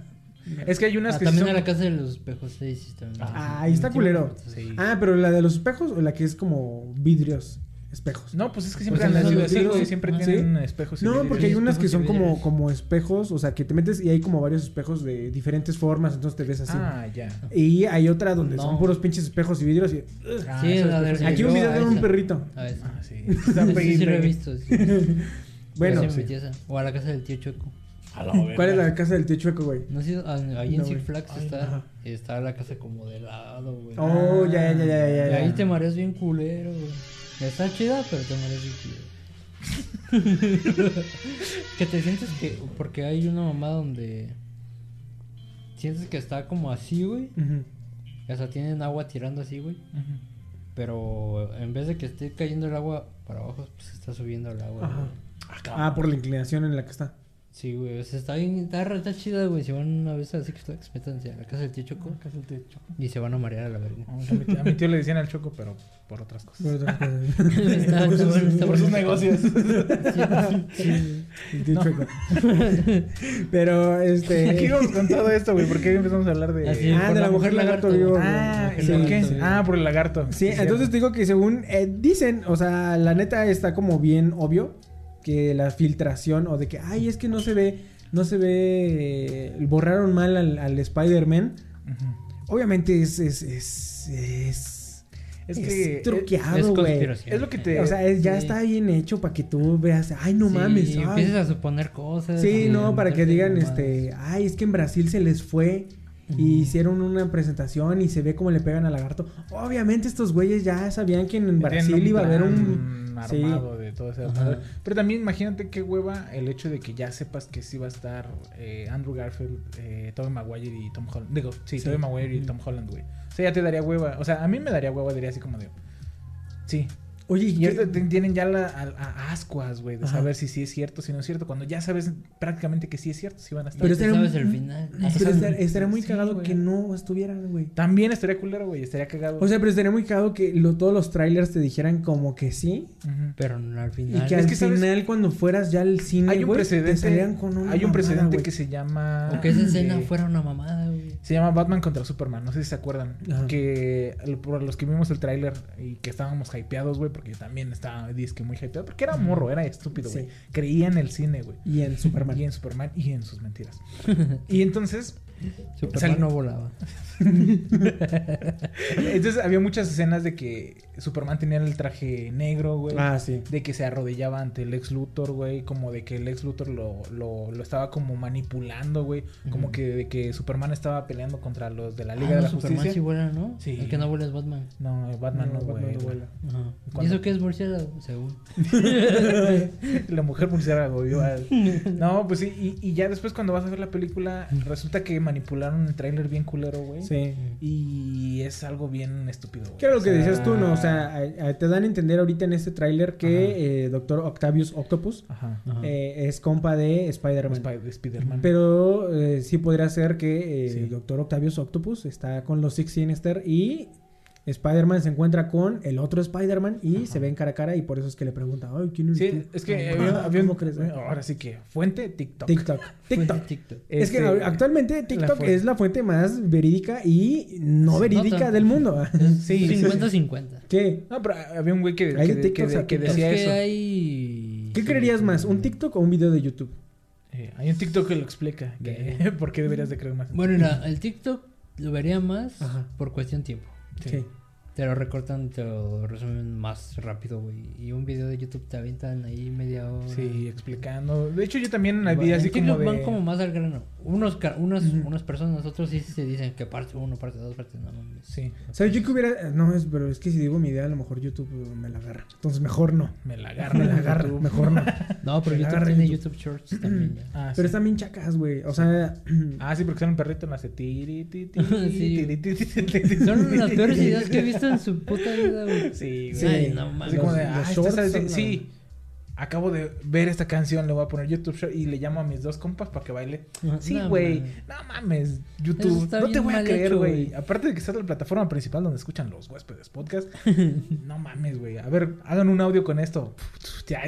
S6: Es que hay unas
S7: Ah,
S6: que sí
S7: también
S6: son-
S7: a la casa de los espejos, sí, sí, también.
S5: Ah, ahí está culero.
S6: Sí.
S5: Ah, pero la de los espejos o la que es como vidrios, espejos.
S6: No, pues es que siempre
S7: Pues
S6: han
S7: esos son
S6: sido
S7: los
S6: así,
S7: vidrios.
S6: güey. Siempre
S7: Ah, ¿sí?
S6: tienen espejos. y
S5: No,
S6: vidrios.
S5: porque hay unas que
S7: espejos y
S5: son como,
S7: vidrios.
S5: como espejos, o sea, que te metes y hay como varios espejos de diferentes formas, entonces te ves así.
S6: Ah, ya.
S5: Y hay otra donde
S7: No.
S5: son puros pinches espejos y vidrios. Y...
S6: Ah,
S7: Sí,
S6: esos
S7: la
S6: espejos.
S7: del-
S5: Aquí un
S7: yo
S5: video
S7: a
S5: de un
S7: esa.
S5: perrito.
S7: A ver.
S6: Ah, sí.
S7: (laughs)
S6: (laughs)
S7: Sí,
S6: Está
S7: sí, sí lo he
S6: pequeño.
S7: visto. sí. Yo
S5: (laughs) Bueno,
S7: sí me
S5: sí.
S7: metí a esa. O a la casa del tío Chueco.
S6: A la verga.
S5: ¿cuál es la casa del tío chueco, güey?
S7: No sé, ahí
S5: No,
S7: en
S5: güey.
S7: Six Flags
S5: Ay,
S7: está,
S5: ajá.
S7: está la casa como de lado, güey.
S5: Oh, ya, ya, ya, ya,
S7: Y
S5: ya, ya.
S7: ahí te mareas bien culero, güey. Está chida, pero te mareas bien culero. (laughs) que te sientes que. Porque hay una mamá donde. Sientes que está como así, güey.
S5: Ujú.
S7: O sea, tienen agua tirando así, güey.
S6: Ujú.
S7: Pero en vez de que esté cayendo el agua para abajo, pues está subiendo el agua.
S5: Ajá.
S7: güey.
S5: Ah, por la inclinación en la que está.
S7: Sí, güey. O sea, está bien. Está, re- está chida, güey. Si van una vez a Six Flags, métanse a la casa del tío Choco. Y se van a marear a la verga.
S6: Vamos, A mi- a mi tío le decían al choco, pero por otras
S5: (laughs)
S6: cosas.
S5: Por otras cosas.
S7: (laughs) (laughs) Está- está bueno, está
S6: Por sus
S7: bueno.
S6: negocios.
S5: El tío chueco. (laughs)
S7: (laughs)
S5: Pero,
S6: (laughs)
S5: este.
S6: Aquí vamos con todo esto, güey. ¿Por qué empezamos a hablar de.
S7: Así es,
S5: Ah,
S7: por
S5: de la mujer lagarto vivo.
S7: güey.
S5: Ah,
S7: Mujer
S5: ¿sí?
S6: ¿Por
S7: lagarto
S6: qué?
S7: vivo.
S6: Ah, por el lagarto.
S5: Sí, entonces te digo que según eh, dicen, o sea, la neta está como bien obvio que la filtración o de que, ay, es que no se ve, no se ve, eh, borraron mal al, al Spider-Man.
S6: Ujú.
S5: Obviamente es, es, es, es,
S6: Es
S5: es
S6: que.
S7: es
S5: truqueado, ah, güey.
S7: conspiración.
S6: es lo que te-
S5: O sea, es- ya
S7: Sí.
S5: está bien hecho para que tú veas, ay, no
S7: Sí,
S5: mames. ay".
S7: empiezas a suponer cosas.
S5: Sí,
S7: y
S5: no, para que
S7: meterte
S5: digan,
S7: mamadas.
S5: este, ay, es que en Brasil se les fue y hicieron una presentación y se ve cómo le pegan al lagarto. Obviamente estos güeyes ya sabían que en
S6: Ya tienen
S5: Brasil
S6: un
S5: iba a haber
S6: plan
S5: un... Sí.
S6: armado de todo ese armado. Pero también imagínate qué hueva el hecho de que ya sepas que sí va a estar eh, Andrew Garfield, eh, Tobey Maguire y Tom Holland. Digo, sí,
S5: Sí.
S6: Tobey Maguire y Tom Holland, güey. O sea, ya te daría hueva. O sea, a mí me daría hueva, diría así como de. Sí.
S5: Oye, ¿y
S6: Y ahorita
S5: qué-
S6: te- tienen ya la, a, a ascuas, güey, de
S5: Ajá.
S6: saber si sí es cierto, si no es cierto. Cuando ya sabes prácticamente que sí es cierto, si van a estar.
S5: Pero
S7: Pero
S5: será
S7: sabes
S5: pues, un-
S7: el final.
S5: pero estar- estaría muy
S6: Sí,
S5: cagado
S6: güey.
S5: que no estuvieran, güey.
S6: También estaría culero, güey, estaría cagado.
S5: O sea, pero estaría muy cagado que lo- todos los trailers te dijeran como que sí.
S6: Ujú.
S7: Pero no, al
S5: Y
S7: final.
S5: que
S6: Es
S5: al
S6: que, ¿sabes?
S5: final, cuando fueras ya al cine,
S6: hay un
S5: güey, te
S6: precedente.
S5: salieran con una
S6: hay un
S5: mamada,
S6: precedente
S5: güey.
S6: que se llama.
S7: Aunque esa escena
S6: eh,
S7: fuera una mamada, güey.
S6: Se llama Batman contra Superman, no sé si se acuerdan.
S5: Ajá.
S6: Que al- por los que vimos el tráiler y que estábamos hypeados, güey, porque yo también estaba, dizque muy hypeado, porque era morro, era estúpido, güey.
S5: Sí.
S6: Creía en el cine, güey.
S5: Y en Superman.
S6: Y en Superman y en sus
S5: (laughs)
S6: mentiras. y entonces,
S7: Superman
S6: sal-
S7: no volaba.
S6: entonces había muchas escenas de que Superman tenía el traje negro, güey.
S5: Ah, sí.
S6: De que se arrodillaba ante el ex Luthor, güey. Como de que el ex Luthor lo, lo, lo estaba como manipulando, güey. Como que de que Superman estaba peleando contra los de la Liga de
S7: Ah, no,
S6: la
S7: Superman
S6: Justicia.
S7: sí vuela, ¿no?
S6: Sí.
S7: El que no vuela es Batman.
S6: No, eh, Batman no,
S5: No, Batman
S6: güey.
S5: no vuela.
S7: Ajá. ¿Y
S6: ¿Cuándo?
S7: eso qué es murciélago? Según.
S6: La mujer murciélago, güey.
S7: (laughs)
S6: No, pues sí. Y, y ya después cuando vas a ver la película, resulta que manipularon el tráiler bien culero, güey.
S5: Sí.
S6: Y es algo bien estúpido, güey.
S5: ¿Qué es lo que
S6: O sea,
S5: decías tú, no? O sea, a- a- te dan a entender ahorita en este tráiler
S6: Ajá.
S5: que eh, Doctor Octavius Octopus
S6: Ajá.
S7: Ajá.
S5: eh, es compa de Spider-Man.
S6: Spider- Spider-Man.
S5: Pero eh, sí podría ser que
S6: Sí.
S5: el Doctor Octavius Octopus está con los Six Sinister y Spider-Man se encuentra con el otro Spider-Man y se ven cara a cara y por eso es que le pregunta, ay, ¿quién eres
S6: Sí,
S5: tú?"
S6: es que
S5: Ah,
S6: había, había un-
S5: ¿cómo crees?
S6: Ahora sí que fuente TikTok. (laughs)
S5: TikTok. TikTok.
S7: Fuente Pues TikTok.
S5: Es que
S6: Este,
S5: actualmente TikTok
S6: fuente.
S5: es la fuente más verídica y no
S7: Sí,
S5: verídica
S7: no
S5: del (laughs) mundo.
S6: Sí, sí, sí.
S7: 50-50.
S5: ¿Qué?
S6: No, pero había un güey que,
S5: Hay
S6: que-
S5: de TikToks
S6: que-
S5: a
S6: que
S5: TikToks.
S6: decía
S7: es que
S6: eso. Hay...
S7: hay...
S5: ¿Qué creerías más, un TikTok o un video de YouTube?
S6: Eh, hay un TikTok que lo explica. que- (laughs) ¿Por qué deberías de creer más? en
S7: Bueno, la- el TikTok lo vería más
S5: Ajá.
S7: por cuestión de tiempo.
S5: Sí.
S7: Te lo recortan, te lo resumen más rápido, güey. Y un video de YouTube te avientan ahí media hora.
S6: Sí, explicando. De hecho, yo también la
S7: Van-
S6: vi así
S7: en TikTok
S6: como de...
S7: van como más al grano. Unos, ca- unos, unas personas, otros sí se dicen que parte uno, parte dos, parte no mames.
S6: (laughs) Sí,
S5: ¿Sabes? Yo que hubiera. eh, No, es, pero es que si digo mi idea, a lo mejor YouTube eh, me la agarra. Entonces, mejor no.
S6: me
S5: (laughs)
S6: la
S5: Me la
S6: agarra.
S5: agarra, mejor no.
S7: No, pero
S5: Que la
S7: YouTube
S5: agarre
S7: tiene
S5: YouTube.
S7: YouTube Shorts también ya.
S6: Ah, sí.
S5: Pero están bien chacas, güey. O sea,
S6: Ah, sí, porque sale un perrito en la hace tiri, ti,
S7: (laughs)
S6: ti,
S7: Sí.
S6: tiri, ti, ti, ti, ti.
S7: Son
S6: (laughs)
S7: las peores ideas que he visto en su puta vida, güey.
S6: Sí, güey.
S5: Sí.
S7: Ay, no
S6: Así
S7: mames.
S6: como de,
S5: Los-
S6: ah,
S5: los
S6: esta
S5: shorts
S6: sale-
S5: son la-
S6: sí, acabo de ver esta canción, le voy a poner YouTube Short y le llamo a mis dos compas para que baile.
S7: Ajá.
S6: (laughs) Sí,
S7: No,
S6: güey,
S7: mames.
S6: no mames,
S7: Eso
S6: YouTube,
S7: está
S6: no te
S7: bien
S6: voy a
S7: mal
S6: creer,
S7: hecho,
S6: güey.
S7: güey.
S6: Aparte de que estás en la plataforma principal donde escuchan los huéspedes podcast, (laughs)
S7: (laughs)
S6: no mames, güey. A ver, hagan un audio con esto. (laughs) Ya,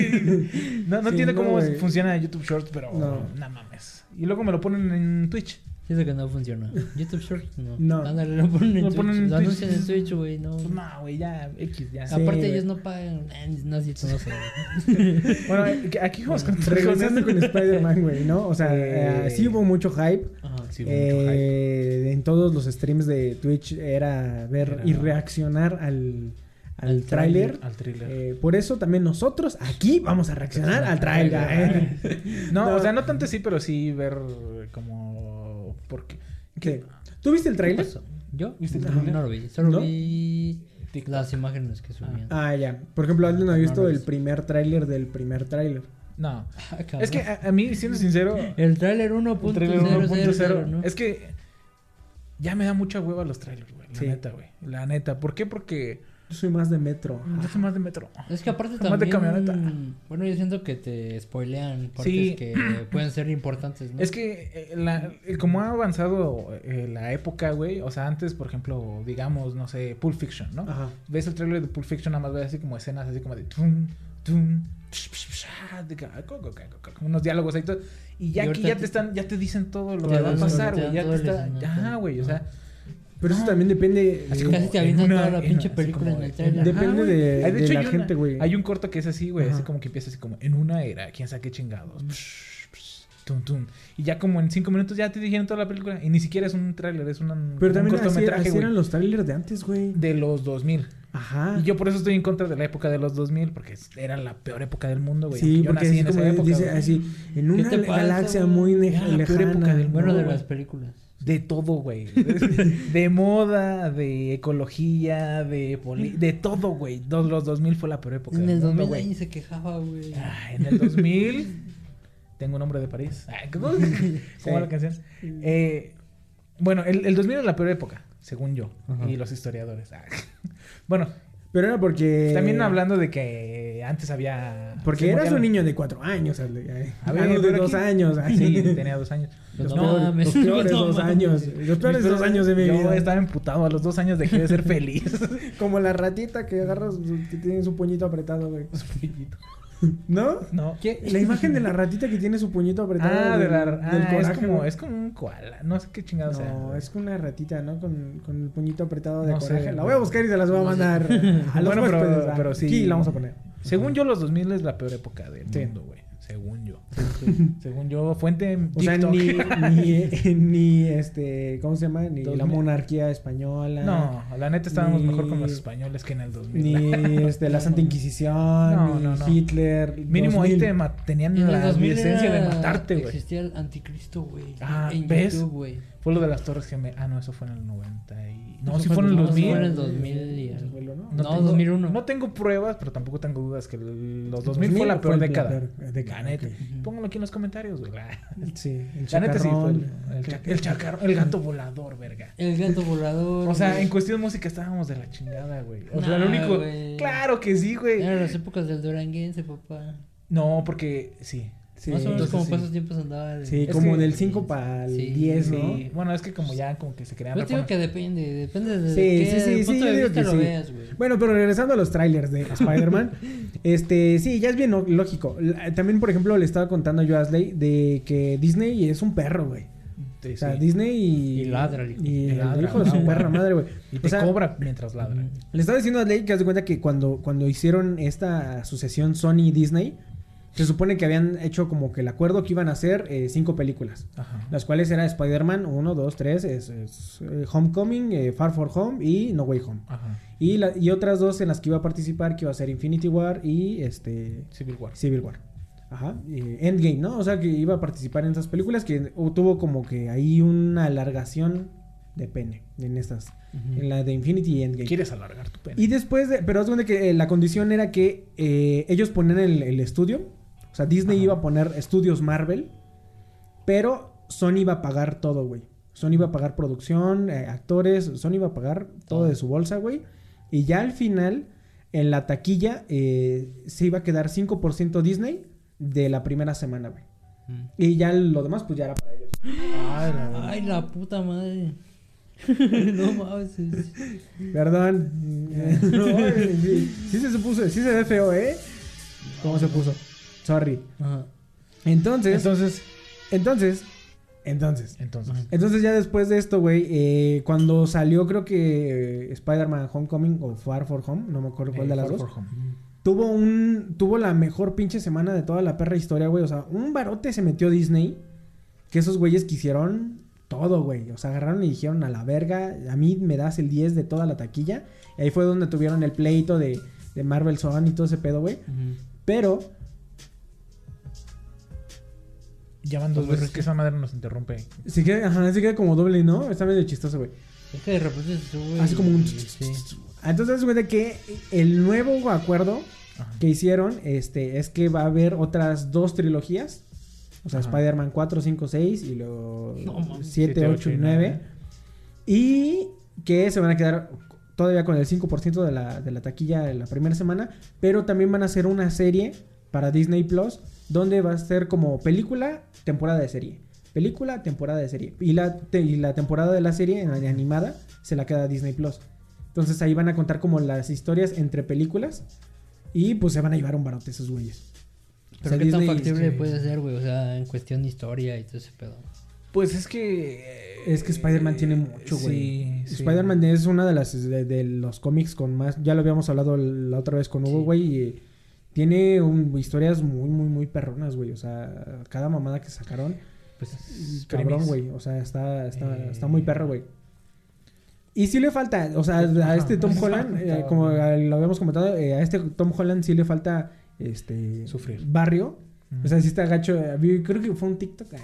S6: sí. no no
S5: Sí,
S6: entiendo
S5: no,
S6: cómo
S5: güey.
S6: funciona YouTube Shorts, pero no.
S5: No.
S6: mames. Y luego me lo ponen en Twitch.
S7: Siento que no funciona. YouTube Shorts no.
S5: No.
S7: Ándale, lo ponen en
S6: Lo
S7: Twitch.
S6: ponen en
S7: lo
S6: Twitch.
S7: anuncian en Twitch, güey. No.
S6: Pues no, güey, ya, X, ya.
S5: Sí.
S7: Aparte,
S5: güey.
S7: ellos no pagan. eh, No, sí, no (laughs) sé.
S6: Bueno, aquí vamos con
S5: (laughs) regresando con Spider-Man, güey, ¿no? O sea,
S6: Eh.
S5: eh, sí hubo mucho hype.
S7: Ajá.
S6: Sí,
S5: Eh, en todos los streams de Twitch era ver
S6: Era-
S5: y reaccionar al, al,
S7: Al tráiler.
S5: tráiler.
S6: al thriller.
S5: Eh, por eso también nosotros aquí vamos a reaccionar al tráiler. ¿eh?
S6: No,
S5: (laughs) No.
S6: o sea, no tanto sí, pero sí ver eh, como porque
S5: ¿Qué? ¿Tú viste el
S7: ¿Qué
S5: tráiler?
S7: pasó? ¿Yo?
S6: ¿Viste el
S7: no,
S6: tráiler?
S7: no lo vi. Solo
S5: ¿No?
S7: vi las imágenes que subían.
S5: Ah, ya. Por ejemplo, Aldo no ha
S7: No,
S5: visto
S7: no
S5: el
S7: es.
S5: primer tráiler del primer tráiler.
S6: no,
S7: Ah, cabrón.
S6: es que a, a mí siendo sincero, el
S7: El tráiler
S6: tráiler
S7: 1.000,
S6: 1.0
S7: ¿no?
S6: es que ya me da mucha hueva los trailers, güey, la
S5: Sí.
S6: neta, güey. La neta, ¿por qué? Porque
S5: Yo soy más de metro.
S6: yo soy más de metro.
S7: Es que aparte
S6: Más de
S7: también.
S6: camioneta.
S7: Bueno, yo siento que te spoilean partes
S6: Sí.
S7: que pueden ser importantes, ¿no?
S6: Es que eh, la- eh, como ha avanzado eh, la época, güey, o sea, antes, por ejemplo, digamos, no sé, Pulp Fiction, ¿no?
S5: Ajá.
S6: ves el tráiler de Pulp Fiction, nada más ves así como escenas así como de tum, tum, psh, psh, psh, ah, de que, ah, co, co, co, co, co, unos diálogos ahí todo. Y ya aquí
S7: Y ahorita
S6: ya
S7: te-
S6: te están, ya te dicen todo lo
S7: te
S6: que va a
S7: dan-
S6: pasar,
S7: te
S6: güey.
S7: dan
S6: Ya
S7: todo
S6: te
S7: el
S6: está.
S7: escenario.
S6: Ya, güey. O sea,
S5: Pero eso
S6: No.
S5: también depende.
S6: así
S5: de-
S7: como- casi te avientan
S6: en
S7: toda la pinche
S6: así
S7: película
S6: como
S7: en el
S6: de-
S7: tráiler.
S5: Depende de-
S6: Ay,
S5: de
S6: hay
S5: la
S6: una-
S5: gente, güey.
S6: Hay un corto que es así, güey. Así
S5: Ajá.
S6: como que empieza así como en una era, quién sabe qué chingados. Psh, psh, tum, tum. Y ya como en cinco minutos ya te dijeron toda la película. Y ni siquiera es un tráiler, es una-
S5: Pero
S6: un
S5: también así,
S6: cortometraje,
S5: así
S6: güey.
S5: eran los trailers de antes, güey.
S6: De los 2000.
S5: Ajá.
S6: Y yo por eso estoy en contra de la época de los 2000, porque es- era la peor época del mundo, güey.
S5: sí,
S6: Yo
S5: porque
S6: nací
S5: así como dice,
S6: güey.
S5: así, en una
S7: te pasa,
S5: galaxia
S7: güey? Ah,
S5: muy
S6: Era
S5: leja-
S6: la peor
S5: lejana.
S6: época del mundo,
S7: Bueno, de
S6: güey.
S7: las películas.
S6: De todo, güey. (laughs) De moda, de ecología, de poli- de todo, güey. Dos- Los 2000 fue la peor época
S7: En
S6: del
S7: el
S6: mundo,
S7: 2000
S6: güey.
S7: ahí se quejaba, güey.
S6: Ah, en el 2000 tengo un hombre de París. Ah,
S5: (laughs)
S6: ¿Cómo cómo va la canción? Eh, bueno, el, el 2000 era la peor época, según yo,
S7: Ajá.
S6: y los historiadores. (laughs) Ah. Bueno,
S5: Pero era porque.
S6: también hablando de que antes había...
S5: Eh, Porque
S6: se
S5: eras
S6: morían-
S5: un niño de cuatro años. Ale-
S6: A
S5: A
S6: ver,
S5: ver, de
S6: pero
S5: dos
S6: aquí- (laughs)
S5: años.
S6: Ah,
S5: así.
S6: sí,
S5: (laughs)
S6: tenía dos años.
S5: Los,
S7: No
S5: peores-
S7: mames.
S5: los peores
S7: No
S5: dos
S7: mames.
S5: años. Los peores dos años de mi
S6: yo
S5: vida.
S6: estaba emputado. A los dos años dejé de ser feliz. (laughs)
S5: Como la ratita que agarras, que tiene su puñito
S6: (laughs)
S5: apretado, güey. ¿No?
S6: no.
S5: La imagen de la ratita que tiene su puñito apretado.
S6: Ah, de
S5: del-
S6: la...
S5: del
S6: ah, es,
S5: coraje,
S6: como,
S5: güey.
S6: es como un koala. No sé qué chingado sea.
S5: No, es una ratita, ¿no? Con, con el puñito apretado de
S6: No sé,
S5: coraje. la
S6: güey.
S5: voy a buscar y se las voy a mandar a
S6: (laughs)
S5: los
S6: bueno,
S5: huéspedes,
S6: pero,
S5: va.
S6: pero sí.
S5: Aquí la vamos a poner.
S6: Según yo, los 2000 es la peor época del
S5: Sí.
S6: mundo, güey. Según yo. (laughs) Según yo, fuente en
S5: O sea,
S6: TikTok.
S5: ni, ni, (laughs) ni este, ¿cómo se llama? Ni
S6: Dos
S5: la
S6: mil.
S5: monarquía española.
S6: (laughs) No, la neta estábamos
S5: Ni-
S6: mejor con los españoles que en el 2000.
S5: Ni este, la Santa Inquisición,
S6: No,
S5: ni
S6: no, no.
S5: Hitler.
S6: Mínimo ahí
S5: 2000.
S6: te ma- tenían
S7: En el
S6: la
S7: 2000
S6: licencia de
S7: era-
S6: matarte, güey.
S7: Existía el anticristo, güey.
S6: Ah,
S7: en
S6: ¿ves?
S7: YouTube, güey.
S6: Fue lo de las Torres Gemelas. Ah, no, eso fue en el 90. Y... No,
S7: Eso
S6: sí fue en el
S7: no, eso
S6: 2000.
S7: fue en el 2000 y algo.
S5: Bueno, ¿no?
S7: No,
S6: tengo-
S7: 2001.
S6: No tengo pruebas, pero tampoco tengo dudas que el- los 2000, fue la peor
S5: fue
S6: década.
S5: la peor década,
S6: La neta.
S5: ok.
S6: Pónganlo aquí en los comentarios, güey. La,
S5: Sí, el
S6: la neta sí fue el,
S5: chacarrón.
S6: el cha- el chacarrón, el gato volador, verga.
S7: El
S5: (laughs)
S7: gato volador.
S6: O sea,
S7: güey.
S6: en cuestión de música estábamos de la chingada, güey. O sea,
S7: Nah,
S6: lo único.
S7: güey.
S6: Claro que sí,
S5: Eh.
S6: güey.
S7: Eran las épocas del duranguense, papá.
S6: No, porque sí.
S5: Sí,
S7: Más o menos
S6: entonces
S7: como
S6: sí.
S7: cuántos tiempos andaba. el-
S5: sí,
S6: Es
S5: como
S6: que-
S5: del 5 para el
S7: Sí,
S5: 10,
S6: Sí.
S5: ¿no? Pues
S6: Bueno, es que como ya como que se crean
S7: Yo te digo
S6: reformas.
S7: que depende, depende de
S5: Sí,
S7: qué
S5: sí, sí, sí,
S7: punto
S5: yo
S7: de
S5: digo
S7: vista
S5: que
S7: lo
S5: sí.
S7: veas, güey.
S5: Bueno, pero regresando a los trailers de Spider-Man, este, sí, ya es bien lo- lógico. La- También, por ejemplo, le estaba contando yo a Asley de que Disney es un perro, güey.
S6: Sí,
S5: O sea,
S6: sí.
S5: Disney y...
S7: Y ladra, el hijo.
S5: Y
S6: Y ladra,
S5: el hijo de
S6: no,
S5: su perra
S6: güey.
S5: madre, güey.
S6: Y
S5: O
S6: te
S5: sea,
S6: cobra mientras ladra.
S5: Le estaba diciendo a Asley que haz de cuenta que cuando, cuando hicieron esta asociación Sony y Disney, Se supone que habían hecho como que el acuerdo que iban a hacer eh, cinco películas.
S6: Ajá.
S5: Las cuales era Spider-Man 1, 2, 3, es, es, eh, Homecoming, eh, Far For Home y No Way Home.
S6: Ajá.
S5: Y, la- y otras dos en las que iba a participar, que iba a ser Infinity War y este
S6: Civil War.
S5: Civil War. Ajá. eh, Endgame, ¿no? O sea, que iba a participar en esas películas que tuvo como que ahí una alargación de pene en estas. En la de Infinity y Endgame.
S6: ¿Quieres alargar tu pena?
S5: Y después, de- pero haz de cuenta que eh, la condición era que eh, ellos ponían el, el estudio. O sea, Disney iba a poner estudios Marvel. Pero Sony iba a pagar todo, güey. Sony iba a pagar producción, eh, actores. Sony iba a pagar todo de su bolsa, güey. Y ya al final, en la taquilla, eh, se iba a quedar 5% Disney de la primera semana, güey.
S7: Mm.
S5: Y ya lo demás, pues ya era para ellos.
S6: Ay, la-
S7: Ay, la puta
S5: (laughs)
S7: madre. no mames. es-
S5: Perdón. Ay, sí, sí se puso, sí se ve feo, ¿eh? ¿Cómo se puso? Sorry.
S7: Ajá.
S5: Entonces, entonces,
S6: Entonces,
S5: entonces, entonces,
S6: entonces.
S5: ya después de esto, güey, eh, cuando salió creo que eh, Spider-Man Homecoming o Far For Home, no me acuerdo cuál
S6: eh,
S5: de las
S6: Far
S5: dos,
S6: For Home.
S5: tuvo un, tuvo la mejor pinche semana de toda la perra historia, güey, o sea, un barote se metió Disney, que esos güeyes quisieron todo, güey, o sea, agarraron y dijeron a la verga, a mí me das el 10 de toda la taquilla, y ahí fue donde tuvieron el pleito de, de Marvel Son y todo ese pedo, güey,
S7: Ujú.
S5: pero...
S6: Ya
S5: Pues
S6: van dos veces que esa madre nos interrumpe.
S5: Sí que, ajá, sí que como doble, ¿no? Está medio chistoso, güey.
S7: Es que de repente se sube.
S5: Hace como un...
S7: y-
S5: (laughs)
S7: sí.
S5: Entonces, güey, de que el nuevo acuerdo
S6: Ajá.
S5: que hicieron este, es que va a haber otras dos trilogías. O sea,
S6: Ajá.
S5: Spider-Man 4, 5, 6 y luego
S7: No mames.
S5: 7, 8 y 9. Y que se van a quedar todavía con el 5% de la, de la taquilla de la primera semana. Pero también van a hacer una serie para Disney Plus donde va a ser como película, temporada de serie. Película, temporada de serie. Y la, te- y la temporada de la serie en- animada se la queda Disney Plus. Entonces ahí van a contar como las historias entre películas. Y pues se van a llevar un barote esos güeyes.
S7: Pero
S5: O sea,
S7: qué
S5: Disney,
S7: tan factible
S5: este,
S7: puede ser, güey. O sea, en cuestión de historia y todo ese pedo.
S6: Pues es que. eh,
S5: Es que Spider-Man tiene mucho, güey.
S6: Sí, sí.
S5: Spider-Man es una de las de, de los cómics con más. Ya lo habíamos hablado la otra vez con Hugo,
S7: Sí.
S5: güey. y eh, tiene un- historias muy, muy, muy perronas, güey. O sea, cada mamada que sacaron.
S6: Pues,
S5: Cabrón,
S6: premis.
S5: güey. O sea, está, está,
S6: Eh.
S5: está muy perro, güey. Y sí le falta, o sea, a
S6: Ajá,
S5: este Tom
S6: eso
S5: Holland,
S6: faltaba,
S5: eh, como
S6: güey.
S5: a- lo habíamos comentado, eh, a este Tom Holland sí le falta este
S6: Sufrir.
S5: barrio. O sea, sí está gacho. eh, vi- Creo que fue un TikTok (laughs)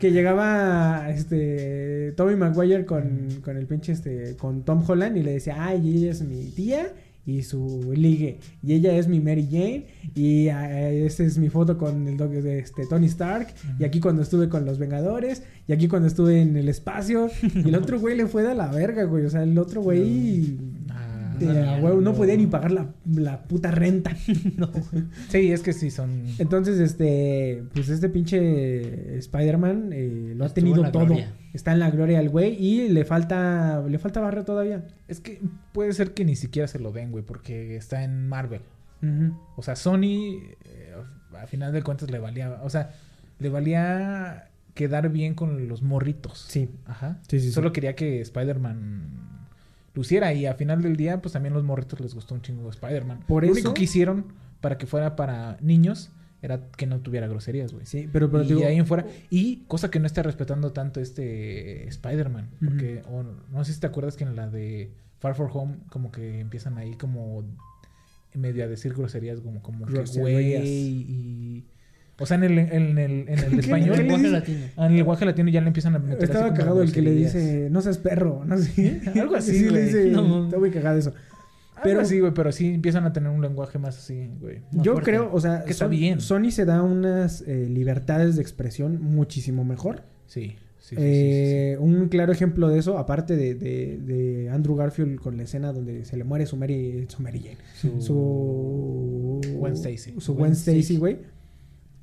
S5: que llegaba este Tommy Maguire con, con el pinche este con Tom Holland y le decía, "Ay, ella es mi tía y su ligue y ella es mi Mary Jane y ah, esta es mi foto con el doc- de este Tony Stark y aquí cuando estuve con los Vengadores y aquí cuando estuve en el espacio y el otro güey le fue de la verga, güey, o sea, el otro güey
S6: Ah,
S5: de a huevo, no podía ni pagar la, la puta renta.
S6: sí, es que sí, son.
S5: Entonces, este, pues este pinche Spider-Man eh, lo
S7: Estuvo
S5: ha
S7: en
S5: tenido
S7: la
S5: todo.
S7: gloria.
S5: Está en la gloria el güey y le falta, le falta barrio todavía.
S6: Es que puede ser que ni siquiera se lo den, güey, porque está en Marvel.
S5: Ujú.
S6: O sea, Sony, eh, a final de cuentas, le valía. O sea, le valía quedar bien con los morritos.
S5: Sí.
S6: Ajá.
S5: Sí, sí, sí.
S6: Solo quería que Spider-Man luciera. Y a final del día, pues también los morritos les gustó un chingo Spider-Man.
S5: Por
S6: Lo
S5: eso-
S6: único que hicieron para que fuera para niños era que no tuviera groserías, güey.
S5: Sí, pero, pero
S6: y
S5: digo,
S6: de ahí en fuera. Y cosa que no está respetando tanto este Spider-Man. Porque o no- no sé si te acuerdas que en la de Far For Home, como que empiezan ahí como medio a decir groserías, como, como que
S5: Groserías.
S6: güey. Y. O sea, en el, en el, en el
S5: (laughs) ¿Qué-
S6: español.
S5: qué le
S7: Lenguaje
S5: dices?
S7: latino.
S6: En el lenguaje latino ya le empiezan a meter pues, así
S5: estaba
S6: como
S5: cagado el que le
S6: groserías.
S5: dice, no seas perro, no sé.
S6: Algo así,
S5: (laughs) Sí, le
S6: güey.
S5: dice,
S7: No, mames.
S5: está muy cagado eso.
S6: Pero
S5: Pero-
S6: sí, güey, pero sí empiezan a tener un lenguaje más así, güey.
S7: Más
S5: Yo
S7: fuerte.
S5: creo, o sea,
S6: Que está
S5: Son-
S6: bien.
S5: Sony se da unas eh, libertades de expresión muchísimo mejor.
S6: Sí, sí, sí, sí, sí, sí.
S5: Eh, Un claro ejemplo de eso, aparte de, de- de Andrew Garfield con la escena donde se le muere su Mary, su Mary Jane. Su.
S6: Gwen Stacy.
S5: Su
S6: Gwen
S5: Gwen Stacy, güey.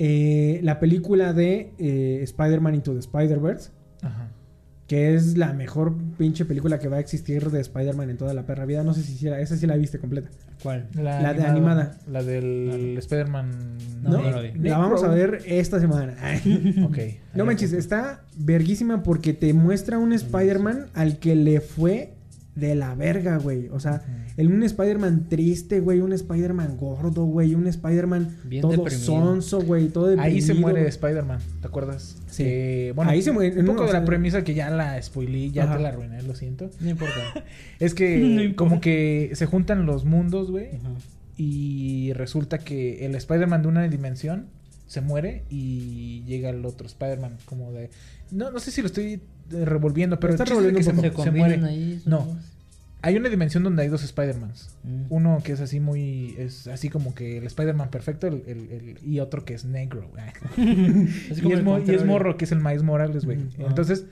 S5: Eh, la película de eh, Spider-Man Into the Spider-Verse,
S6: Ajá.
S5: que es la mejor pinche película que va a existir de Spider-Man en toda la perra vida. No sé si sí la- esa sí la viste completa.
S7: ¿Cuál?
S5: La de animada.
S6: La del Spider-Man.
S7: No,
S5: No,
S7: no la vi.
S5: la vamos a
S6: Necro.
S5: ver esta semana.
S6: Ok.
S5: No manches, está verguísima porque te muestra un Spider-Man al que le fue de la verga, güey. O sea, el, un Spider-Man triste, güey, un Spider-Man gordo, güey, un Spider-Man
S7: Bien
S5: todo
S7: deprimido.
S5: sonso, güey, todo deprimido.
S6: Ahí se muere
S5: güey.
S6: Spider-Man, ¿te acuerdas?
S5: Sí.
S6: Que, bueno,
S5: Ahí se muere,
S6: Un
S5: no,
S6: poco
S5: o
S6: de
S5: sea-
S6: la premisa que ya la spoilé, ya
S5: Ajá.
S6: te la arruiné, lo siento.
S7: No importa.
S6: (laughs) Es
S5: (laughs)
S6: que
S7: No importa.
S6: como que se juntan los mundos, güey.
S7: Ajá.
S6: Y resulta que el Spider-Man de una dimensión se muere y llega el otro Spider-Man como de... No, no sé si lo estoy eh, revolviendo, pero el
S5: Está
S6: chiste es de
S5: revolviendo
S6: que
S5: un
S6: se,
S5: poco.
S7: Se
S6: se muere.
S7: combinan ahí. esos
S6: No.
S7: dos.
S6: Hay una dimensión donde hay dos Spider-Mans.
S7: Mm. (laughs)
S6: Uno que es así muy... Es así como que el Spider-Man perfecto el- el- el- y otro que es negro. güey.
S7: Es
S6: y,
S7: como
S6: es
S7: el
S6: mo- y es
S7: contrario.
S6: morro, que es el Miles Morales, güey.
S5: Ujú.
S6: Entonces,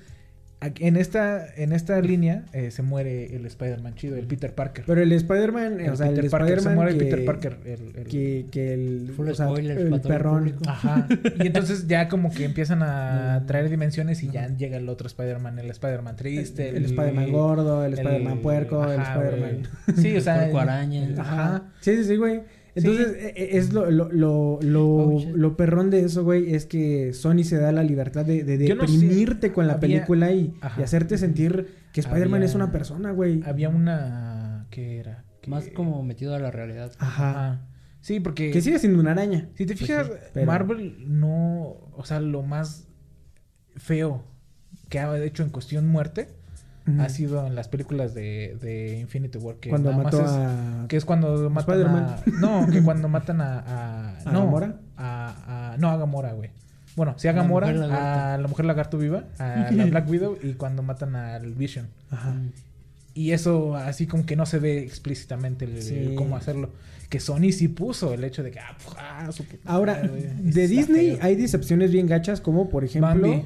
S6: aquí- en esta, en esta línea eh, se muere el Spider-Man chido, el Peter Parker.
S5: Pero el Spider-Man,
S6: El
S5: o sea,
S6: Peter
S5: el
S6: Parker, se
S5: Spider-Man
S6: muere
S5: que,
S6: Peter Parker. el- el-
S5: que, que el,
S7: Full
S5: o sea,
S7: spoilers
S5: el
S7: para todo el
S5: perrón.
S7: público.
S6: Ajá. Y entonces ya como que empiezan a traer dimensiones y ya
S5: Ajá.
S6: llega el otro Spider-Man, el Spider-Man triste.
S5: este, el, Spider-Man gordo, el, Spider-Man puerco, el
S6: ajá, güey.
S5: Spider-Man...
S6: (laughs) Sí, o
S7: El
S6: sea.
S7: puerco araña.
S6: el- Ajá.
S5: Sí, sí, sí, güey. Entonces, e- e- es lo, lo, lo, lo,
S7: Oh, shit.
S5: lo perrón de eso, güey, es que Sony se da la libertad de, de
S6: Yo no sé.
S5: deprimirte con la
S6: Había-
S5: película y,
S6: Ajá.
S5: y hacerte sentir que Spider-Man
S6: Había-
S5: es una persona, güey.
S6: Había una que era. Que-
S7: Más como metido a la realidad.
S5: Ajá.
S6: Ajá. Sí, porque.
S5: Que sigue siendo una araña.
S6: Si te fijas,
S5: Pues sí, pero-
S6: Marvel no. O sea, lo más feo que ha hecho en cuestión muerte
S5: Ujú.
S6: ha sido en las películas de, de Infinity War. Que
S5: Cuando
S6: nada más
S5: mató
S6: es-
S5: a...
S6: Que es cuando matan a... No, que cuando matan a... ¿A,
S5: ¿A
S6: no,
S5: Gamora?
S6: A, a- no, a Gamora, güey. Bueno, sí a
S7: La
S6: Gamora,
S7: mujer lagarto.
S6: a la mujer lagarto viva, a
S5: (laughs)
S6: la Black Widow y cuando matan al Vision.
S5: Ajá.
S6: Mm, Y eso así como que no se ve explícitamente el-
S5: Sí.
S6: cómo hacerlo. Que Sony sí puso el hecho de que... ah, pf, ah, su puta
S5: Ahora,
S6: madre, güey.
S5: de
S6: Está
S5: Disney
S6: feo.
S5: hay decepciones bien gachas, como por ejemplo...
S6: Bambi.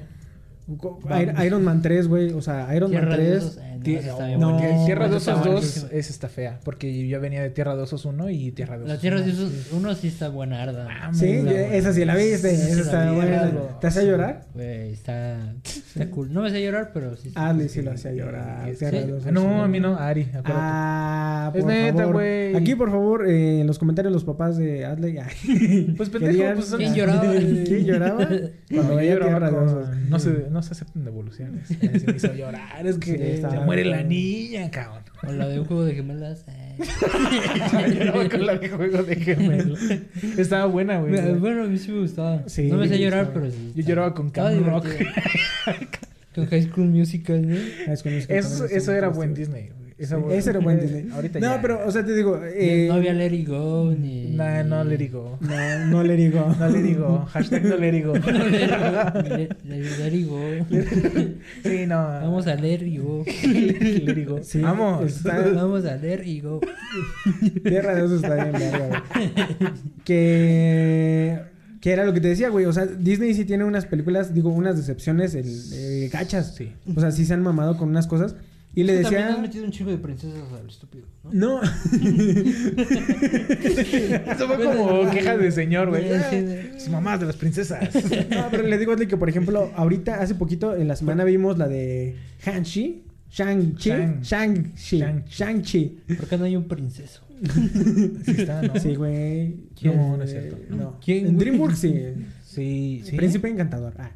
S5: co- Iron- Iron Man 3, güey. O sea, Iron Man
S7: Tierra de
S5: 3...
S7: osos, eh, no,
S6: Ti-
S7: esa está bien
S5: no,
S7: buena.
S5: el
S6: Tierra de
S7: Esa está
S6: Osos 2,
S7: buenísima.
S6: esa está fea. Porque yo venía de Tierra de Osos 1 y Tierra de Osos
S7: La Tierra de
S6: 1.
S7: Osos 1 sí está buena, Arda.
S6: Mames,
S5: Sí,
S6: güey.
S5: esa sí la viste.
S6: Sí, sí
S5: esa
S6: la
S5: está
S6: vi,
S5: buena.
S6: güey.
S5: ¿Te hace llorar?
S7: Güey, está, está cool. No me sé llorar, pero sí.
S5: Ah, sí, sí lo hacía llorar.
S6: Sí.
S5: Tierra de osos.
S6: No, a mí no, Ari, acuérdate.
S5: Ah,
S6: Es
S5: por
S6: neta,
S5: favor.
S6: güey.
S5: Aquí, por favor, eh, en los comentarios los papás de Adley. ay,
S6: Pues,
S5: que
S6: pendejo,
S5: digan-
S6: pues, son-
S7: ¿Quién lloraba?
S5: ¿Quién lloraba? Cuando
S6: Yo
S5: veía
S6: lloraba
S5: Tierra de
S6: con-
S5: Osos.
S6: No se, no se aceptan devoluciones.
S5: (laughs)
S6: Se me hizo llorar, es
S5: Sí,
S6: que
S5: está-
S6: se muere la niña, cabrón.
S7: O la de un juego de gemelas.
S5: (laughs)
S7: eh. (laughs)
S6: Lloraba con la de juego de gemelos. Estaba buena, güey.
S7: Mira, Bueno, a mí sí me gustaba.
S5: Sí,
S7: no me sé
S5: sí,
S7: llorar,
S5: estaba-
S7: pero sí.
S6: Yo lloraba con
S7: Estaba
S6: Cam Rock.
S7: divertido. (laughs) Con High School Musical, ¿no?
S5: Ah, es con los que
S6: Eso,
S5: también
S6: eso
S5: son
S6: era
S5: los
S6: buen
S5: tres.
S6: Disney. güey.
S5: Sí,
S6: Esa bu-
S5: ese era buen Disney.
S6: Ahorita
S5: no,
S6: ya.
S5: pero, o sea, te digo. eh,
S7: no había Let It Go ni.
S6: Nah, no le digo.
S5: No, no le digo.
S6: No le
S5: (laughs)
S6: digo. Hashtag no le digo.
S7: (laughs) No, Let It Go, ni
S6: (laughs)
S7: Let- Let It Go.
S6: Sí, no.
S7: Vamos a Let It Go.
S6: Le digo.
S5: Sí,
S6: Vamos.
S5: está-
S7: Vamos a Let It Go.
S5: Tierra de Osos está bien, verga, güey. Que. Que era lo que te decía, güey. O sea, Disney sí tiene unas películas, digo, unas decepciones el, eh, gachas.
S6: Sí.
S5: O sea, sí se han mamado con unas cosas. Y le
S7: También has
S5: decía.
S7: metido un chico de princesas al estúpido,
S6: (laughs)
S7: ¿no?
S5: No.
S6: (laughs)
S5: (laughs)
S6: Eso fue como queja de señor, güey. Ah,
S7: Sí, sí,
S6: Sus mamás de las princesas.
S5: No, pero le digo a Ashley que, por ejemplo, ahorita, hace poquito, en la semana vimos la de Hanshi. Shang-Chi.
S6: Shang.
S5: Shang-Chi.
S6: Shang.
S5: Shang-Chi.
S7: ¿Por qué no hay un princeso?
S6: Sí, está, ¿no?
S5: Sí, güey.
S6: ¿Quién?
S5: No, no es cierto. No.
S7: ¿Quién,
S5: En
S7: güey?
S5: DreamWorks sí.
S6: Sí, sí.
S5: Príncipe encantador. Ah.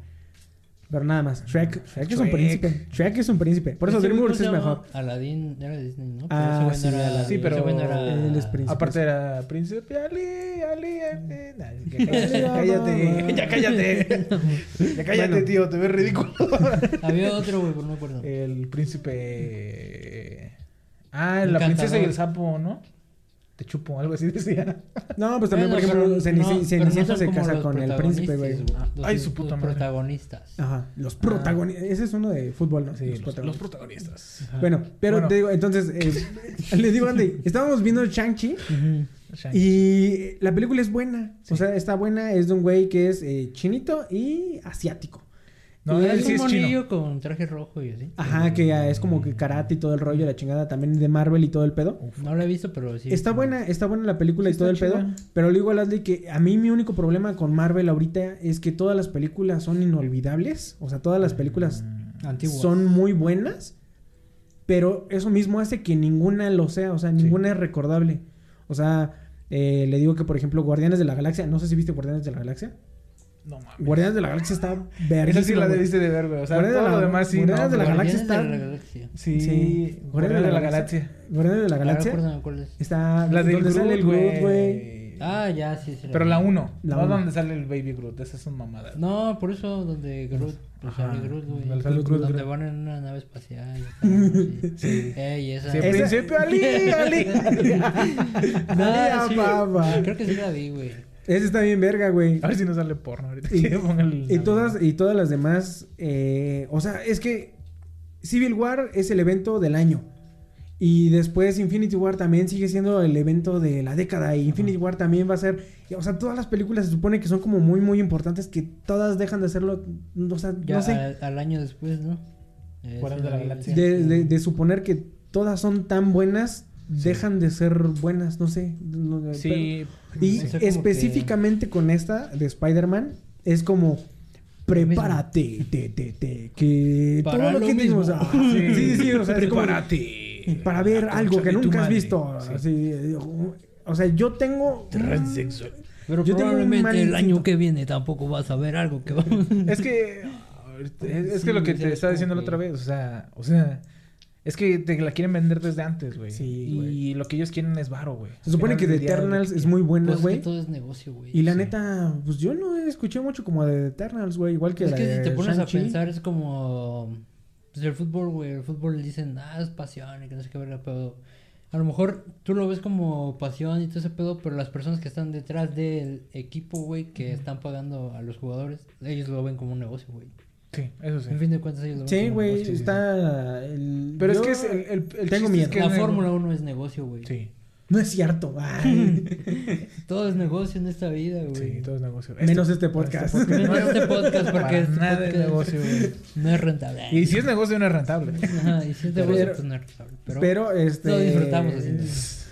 S5: Pero nada más. Shrek. Shrek es un
S6: Shrek.
S5: príncipe. Shrek es un príncipe. Por eso
S7: Ese güey,
S5: DreamWorks
S7: ¿cómo
S5: es
S7: se llama?
S5: mejor.
S7: Aladdin era de Disney, ¿no?
S5: Ah,
S7: ese güey no
S5: sí,
S7: era-
S5: Aladdin.
S6: Sí, pero
S7: ese güey no era- Ah,
S5: él es príncipe.
S6: Aparte era príncipe Ali, Ali, Ali. Nah, ya
S5: Cállate.
S6: cállate, ya cállate. Ya cállate,
S5: Bueno.
S6: tío, te ves ridículo.
S7: Había otro, güey, pero no me acuerdo.
S5: Eh, pues
S6: El príncipe. Ah, la
S7: Encantador.
S6: princesa y el sapo, ¿no? Te chupo, algo así decía.
S5: No, pues también,
S7: Bueno,
S5: por
S7: pero
S5: ejemplo, Cenici-
S7: no- pero no
S5: Cenicienta
S7: son
S5: se
S7: como
S5: casa
S7: los
S5: con el príncipe, güey. Ah,
S7: protagonistas, Los-
S6: Ay, su puta
S7: los
S6: madre.
S7: protagonistas.
S5: Ajá. Los protagonistas. Ese es uno de fútbol, ¿no?
S6: Sí, los, los
S5: protagonistas.
S6: protagonistas.
S5: Bueno, pero
S6: Bueno.
S5: te digo, entonces, eh, (laughs) le digo a Andy, estábamos viendo Shang-Chi
S6: Shang.
S5: y la película es buena. O sea, está buena, es de un güey que es eh, chinito y asiático.
S6: No,
S5: y
S6: él
S7: Es
S6: sí
S7: un
S6: es chino.
S7: monillo con traje rojo y así.
S5: Ajá, que ah, es como que karate y todo el rollo, la chingada también de Marvel y todo el pedo.
S7: No lo he visto, pero sí.
S5: Está buena, está buena la película y
S6: Sí,
S5: todo el
S6: está
S5: pedo.
S6: chida.
S5: Pero le digo a Leslie que a mí mi único problema con Marvel ahorita es que todas las películas son inolvidables. O sea, todas las películas
S6: Mm,
S7: Antiguo.
S5: son muy buenas. Pero eso mismo hace que ninguna lo sea. O sea, ninguna es recordable. O sea, eh, le digo que, por ejemplo, Guardianes de la Galaxia. No sé si viste Guardianes de la Galaxia.
S6: No mames.
S5: Guardianes de la Galaxia está verga.
S6: Ah, Esa sí la debiste de ver, güey. O sea,
S5: Guardianes de
S6: todo
S5: la-
S6: lo demás sí.
S5: Guardianes
S6: no,
S5: de la
S6: güey.
S5: Galaxia
S7: Guardianes de la
S5: está-
S7: galaxia.
S6: Sí. Guardianes de la Galaxia.
S5: Guardianes de la Galaxia.
S7: No recuerdo cuál es.
S5: Está
S6: La del
S5: donde sale el Groot, güey.
S6: güey.
S7: Ah, ya, sí. sí
S6: Pero la
S7: vi.
S6: 1.
S5: La
S6: No
S5: uno.
S6: donde sale el Baby Groot. Esa es una mamada.
S7: No, por eso donde Groot. Pues
S6: Ajá,
S7: sale Groot, güey.
S6: donde sale Groot,
S7: Donde
S6: Groot.
S7: van en una nave espacial.
S5: (laughs)
S7: Sí. sí. Ey, esa.
S6: Sí,
S7: (laughs)
S5: Esa-
S6: principio Ali, Ali.
S7: Ah, sí.
S5: Alibaba.
S7: Creo que sí la vi, güey.
S5: Ese está bien verga, güey.
S6: A ver si no sale porno ahorita. (laughs)
S5: Y,
S6: que pongan el-
S5: y todas, y todas las demás. eh, o sea, es que Civil War es el evento del año. Y después Infinity War también sigue siendo el evento de la década. Y Infinity War también va a ser. y, O sea, todas las películas se supone que son como muy, muy importantes. Que todas dejan de hacerlo. mm, O sea,
S7: Ya
S5: no sé.
S7: al, al año después, ¿no? Eh,
S6: Guardianes
S7: sí
S6: de la
S7: vi,
S6: Galaxia.
S7: sí.
S5: de, de- de suponer que todas son tan buenas.
S6: Sí.
S5: Dejan de ser buenas, no sé. no- no-
S6: Sí.
S5: Y
S7: O sea, como que-
S5: específicamente con esta de Spider-Man, es como prepárate, te, te, te, que
S7: Para
S5: todo lo,
S7: lo
S5: que
S7: mismo.
S5: tenemos. ah, sí, sí, sí, o sea, es como-
S6: Prepárate.
S5: para ver
S6: La
S5: algo
S6: concha
S5: que
S6: de tu
S5: nunca has
S6: madre.
S5: visto.
S6: Sí.
S5: así, o sea, yo tengo.
S6: Transexual.
S7: Pero
S5: Yo tengo un
S7: probablemente
S5: mal
S7: el año
S5: instinto.
S7: que viene tampoco vas a ver algo que vamos.
S6: (laughs) Es que. ahorita- Es, es que
S7: Sí,
S6: lo que
S7: sí,
S6: te
S7: es
S6: estaba
S7: como
S6: diciendo la
S7: que-
S6: otra vez, o sea, o sea, es que te la quieren vender desde antes, güey.
S5: Sí,
S6: y
S5: güey.
S6: lo que ellos quieren es varo, güey.
S5: Se supone
S6: Al
S5: que
S6: final
S5: The
S6: del día,
S5: Eternals
S6: lo
S5: es muy
S7: (laughs)
S5: buena,
S7: Pues es
S5: güey.
S7: que todo es negocio, güey.
S5: y la
S6: sí.
S5: neta, pues yo no escuché mucho como de Eternals, güey. Igual que
S7: Es
S5: la
S7: que si
S5: de
S7: te pones a
S5: Shang-Chi.
S7: pensar es como pues, el fútbol, güey, el fútbol le dicen, "Ah, es pasión", y que no sé qué verga, pero a lo mejor tú lo ves como pasión y todo ese pedo, pero las personas que están detrás del equipo, güey, que están pagando a los jugadores, ellos lo ven como un negocio, güey.
S6: Sí, eso sí.
S7: En fin de cuentas ellos lo ven
S5: Sí,
S7: como un
S5: güey,
S7: negocio.
S5: está. el-
S6: Pero
S5: yo-
S6: es que es el, el- el
S5: tengo
S6: chiste
S5: miedo.
S6: es que
S7: La
S6: es nego-
S7: Fórmula 1 es negocio, güey.
S6: Sí,
S5: No es cierto. ay.
S7: Todo es negocio en esta vida, güey.
S6: sí, todo es negocio.
S5: Menos este podcast.
S7: No es este podcast
S6: Para
S7: porque este
S6: nada
S7: podcast
S6: es negocio, güey.
S7: no es rentable.
S6: Y si es negocio, no es
S5: (laughs)
S6: rentable.
S7: Ajá, y si es negocio,
S5: Pero-
S7: pues no es rentable. Pero,
S5: Pero, este.
S7: lo disfrutamos haciendo.
S6: (laughs)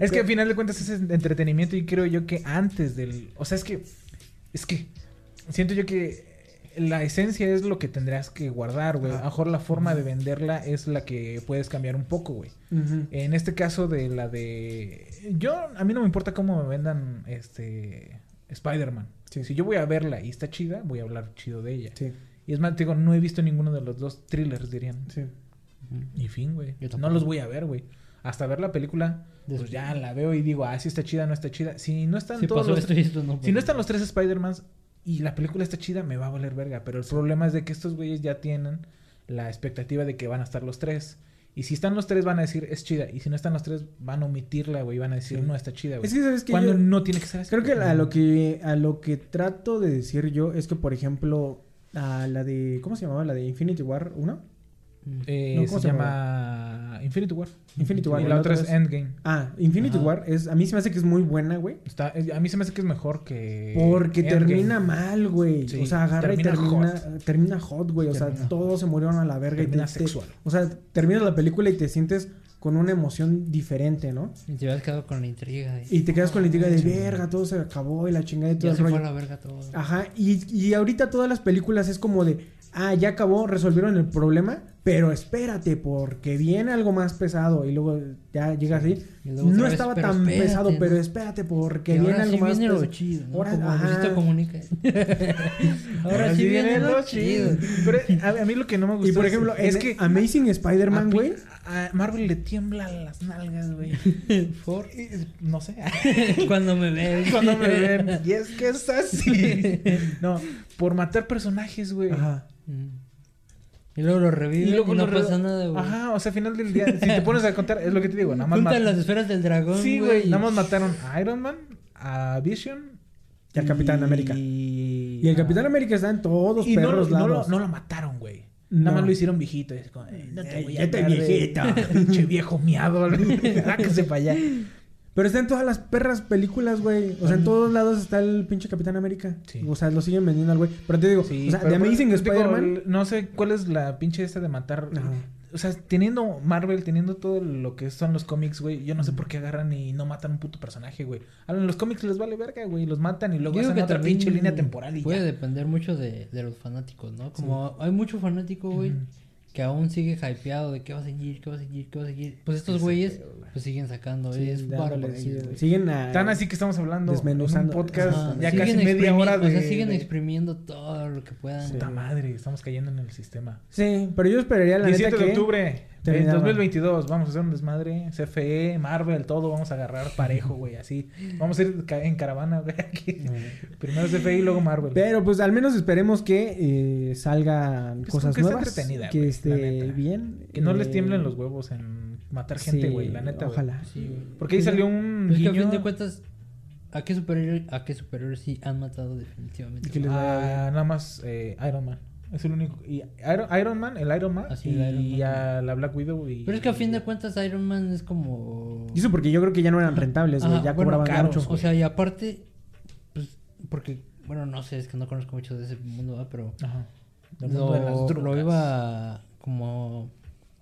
S6: Es que al final de cuentas es entretenimiento y creo yo que antes del... O sea, es que... Es que... Siento yo que la esencia es lo que tendrás que guardar, güey. A lo mejor la forma de venderla es la que puedes cambiar un poco, güey.
S5: Ujú.
S6: En este caso de la de... Yo... A mí no me importa cómo me vendan este... Spider-Man.
S5: Sí.
S6: Si yo voy a verla y está chida, voy a hablar chido de ella.
S5: Sí,
S6: Y es más, te digo, no he visto ninguno de los dos thrillers, dirían.
S5: sí.
S6: Y fin, güey.
S7: Yo tampoco.
S6: No los voy a ver, güey. Hasta ver la película, pues
S7: Después.
S6: ya la veo y digo, ah, si está chida, no está chida. Si no están
S7: si
S6: todos
S7: pasó
S6: los
S7: esto y esto no.
S6: si no
S7: pasó.
S6: están los tres Spider-Mans y la película está chida, me va a valer verga. Pero el problema es de que estos güeyes ya tienen la expectativa de que van a estar los tres. Y si están los tres, van a decir, es chida. Y si no están los tres, van a omitirla, güey. Van a decir,
S5: Sí.
S6: no está chida, güey.
S5: Es que sabes que
S6: Cuando
S5: yo-
S6: no tiene que ser así.
S5: Creo que
S6: güey.
S5: a lo que a lo que trato de decir yo es que por ejemplo a la de ¿cómo se llamaba? La de Infinity War 1?
S7: mm,
S6: Eh,
S5: No, ¿cómo
S6: se
S5: se
S6: llama Infinity War.
S5: Infinity War,
S6: Y la otra es Endgame.
S5: Ah, Infinity
S7: Ajá.
S5: War es a mí se me hace que es muy buena, güey,
S6: Está- eh, a mí se me hace que es mejor que.
S5: porque
S6: Endgame.
S5: termina mal, güey.
S6: Sí,
S5: o sea, agarra y
S6: termina
S5: termina termina hot, güey, o sea,
S6: Termina hot.
S5: todos se murieron a la verga
S6: Termina
S5: y te- te,
S6: sexual.
S5: O sea, terminas la película y te sientes con una emoción diferente, ¿no?
S7: Y te habías quedado con la intriga. de-
S5: Y te quedas con la intriga de verga, todo se acabó y la chingada y
S7: Ya
S5: todo el
S7: se
S5: rollo. Ah,
S7: fue a la verga todo.
S5: Ajá, y, y ahorita todas las películas es como de, ah, ya acabó, resolvieron el problema, pero espérate, porque viene algo más pesado y luego ya llega así.
S7: Y luego otra
S5: No
S7: vez,
S5: estaba
S7: pero
S5: tan
S7: espérate,
S5: pesado,
S7: ¿no?
S5: pero espérate, porque
S7: Que
S5: viene
S7: ahora
S5: algo
S7: sí
S5: más
S7: viene lo
S5: pesado.
S7: chido, ¿no?
S5: Ahora-
S7: Como
S5: ajá.
S7: Luisito comunica. ahora, sí viene lo chido.
S6: Pero
S7: (laughs)
S6: a, a mí lo que no me gusta
S5: eh, Y por ejemplo,
S6: es,
S5: es
S6: que
S5: que Amazing Spider-Man,
S6: a-
S5: güey.
S6: a Marvel le tiemblan las nalgas, güey.
S7: Por- (laughs)
S6: Y- No sé. (laughs)
S7: Cuando me ven.
S6: Cuando me ven. Y es que es así. No, por matar personajes, güey.
S5: (laughs) Ajá.
S7: Mm. Y luego lo revive y, no
S6: lo
S7: pasa
S6: redo-
S7: nada, güey.
S6: Ajá, o sea, al final del día, si te pones a contar, es lo que te digo, nada más.
S7: Juntan
S6: mat-
S7: las esferas del dragón.
S6: Sí, güey. Nada más mataron a Iron Man, a Vision.
S5: Y al Capitán América.
S6: Y,
S5: Y el Capitán América está en todos
S6: Y no,
S5: perros
S6: lo- no lo,
S5: lados.
S6: no lo mataron, güey.
S5: No.
S6: Nada más lo hicieron viejito. y es como, eh, no te
S5: Ey,
S6: voy
S5: ya
S6: a
S5: estoy
S6: hablar de-
S5: viejito.
S6: (laughs) Pinche viejo miado. (laughs) Sáquese para allá.
S5: Pero está en todas las perras películas, güey. O sea, en todos lados está el pinche Capitán América.
S6: Sí.
S5: O sea, lo siguen vendiendo al güey. Pero te digo, o sea,
S6: pero
S5: de
S6: por-
S5: Amazing
S6: digo,
S5: Spider-Man.
S6: No sé cuál es la pinche esta de matar.
S5: Ajá.
S6: O sea, teniendo Marvel, teniendo todo lo que son los cómics, güey, yo no sé por qué agarran y no matan un puto personaje, güey. A los cómics les vale verga, güey, los matan y luego
S7: Yo creo
S6: hacen
S7: que
S6: otra
S7: también
S6: pinche línea temporal y
S7: Puede
S6: ya.
S7: depender mucho de, de los fanáticos, ¿no? Como hay mucho fanático, güey, que aún sigue hypeado de qué va a seguir, qué va a seguir, qué va a seguir. Pues estos
S5: Ese
S7: güeyes
S5: pedo, güey.
S7: pues siguen sacando,
S5: Sí,
S7: es
S5: dándole,
S7: para para
S5: sí,
S7: ellos, güey.
S5: siguen a-
S6: Tan así que estamos hablando en un
S5: Desmenuzando.
S6: podcast
S7: Ajá,
S6: ya
S7: siguen
S6: casi media
S7: exprimi-
S6: hora de...
S7: O sea, siguen
S6: de-
S7: exprimiendo todo lo que puedan.
S6: Puta madre, estamos cayendo en el sistema.
S5: Sí, pero yo esperaría la
S6: 17
S5: neta
S6: de
S5: que...
S6: octubre, eh,
S5: terminaba.
S6: 2022, vamos a hacer un desmadre, CFE, Marvel, todo, vamos a agarrar parejo, güey, así. Vamos a ir ca- en caravana, güey, aquí. Primero CFE y luego Marvel.
S5: Pero pues al menos esperemos que eh, salgan
S6: Pues, con
S5: cosas
S6: que esté
S5: nuevas.
S6: entretenida,
S5: que
S6: güey, la
S5: esté
S6: neta.
S5: bien.
S6: que no les
S5: eh,
S6: tiemblen los huevos en matar gente,
S5: sí,
S6: güey, la neta. güey.
S5: Ojalá.
S7: Sí, güey.
S6: Porque ahí
S7: Sí,
S6: salió
S7: güey.
S6: un
S7: Pero Pues es que a
S6: guiño-
S7: fin de cuentas, ¿a qué superhéroe, a qué superhéroe sí han matado definitivamente?
S5: ¿Y qué les-
S6: Ah, nada más eh, Iron Man. Es el único. Y Iron, Iron Man, el Iron Man.
S7: Así,
S6: y
S7: Ah, el Iron Man.
S6: a la Black Widow. Y,
S7: Pero es que a fin de cuentas Iron Man es como...
S5: Y eso porque yo creo que ya no eran rentables, güey.
S7: Ajá,
S5: ya
S7: bueno,
S5: cobraban
S7: caros,
S5: mucho.
S7: O sea, y aparte, pues, porque, bueno, no sé, es que no conozco mucho de ese mundo, ¿verdad? pero
S6: Ajá. Del mundo
S7: lo,
S6: de las drogas.
S7: lo iba a- como,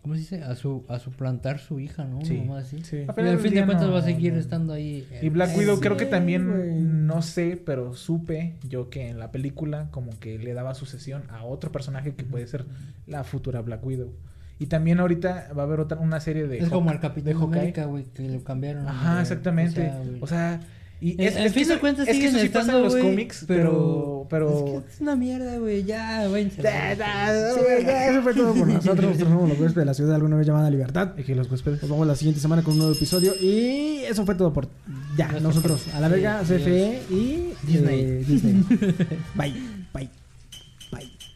S7: ¿cómo se dice? A, su, a suplantar su hija, ¿no?
S6: Sí.
S7: Mamá así.
S5: Sí.
S7: Y
S6: Al final
S7: al
S6: del
S7: fin de
S6: día
S7: cuentas
S6: no,
S7: va a seguir
S6: no.
S7: estando ahí.
S6: Y Black
S7: Eh,
S6: Widow
S7: sí.
S6: creo que también,
S5: güey.
S6: no sé, pero supe yo que en la película como que le daba sucesión a otro personaje que puede ser la futura Black Widow. Y también ahorita va a haber otra una serie de
S7: Es como
S6: Hawk-
S7: el Capitán
S6: de Hawkeye.
S7: América, güey, que lo cambiaron.
S6: Ajá,
S7: güey.
S6: exactamente.
S7: güey.
S6: O sea, y
S7: Eh,
S6: es,
S7: al
S6: es que
S7: fin de
S6: eso-
S7: cuentas
S6: es que
S7: siguen
S6: eso sí pasa
S7: estando,
S6: en los
S7: güey,
S6: cómics, pero pero
S7: Es, que es una mierda, güey, ya, váyanse. a la verga.
S5: Sí, ya, eso fue
S6: (laughs)
S5: todo por nosotros. Nosotros somos los huéspedes de la ciudad alguna vez llamada Libertad.
S6: Y que los huéspedes
S5: Nos vemos la siguiente semana con un nuevo episodio. Y eso fue todo por ya,
S7: Nuestra
S5: nosotros. A la verga,
S7: Sí,
S5: CFE y eh,
S7: Disney.
S5: Disney. Bye, bye, bye.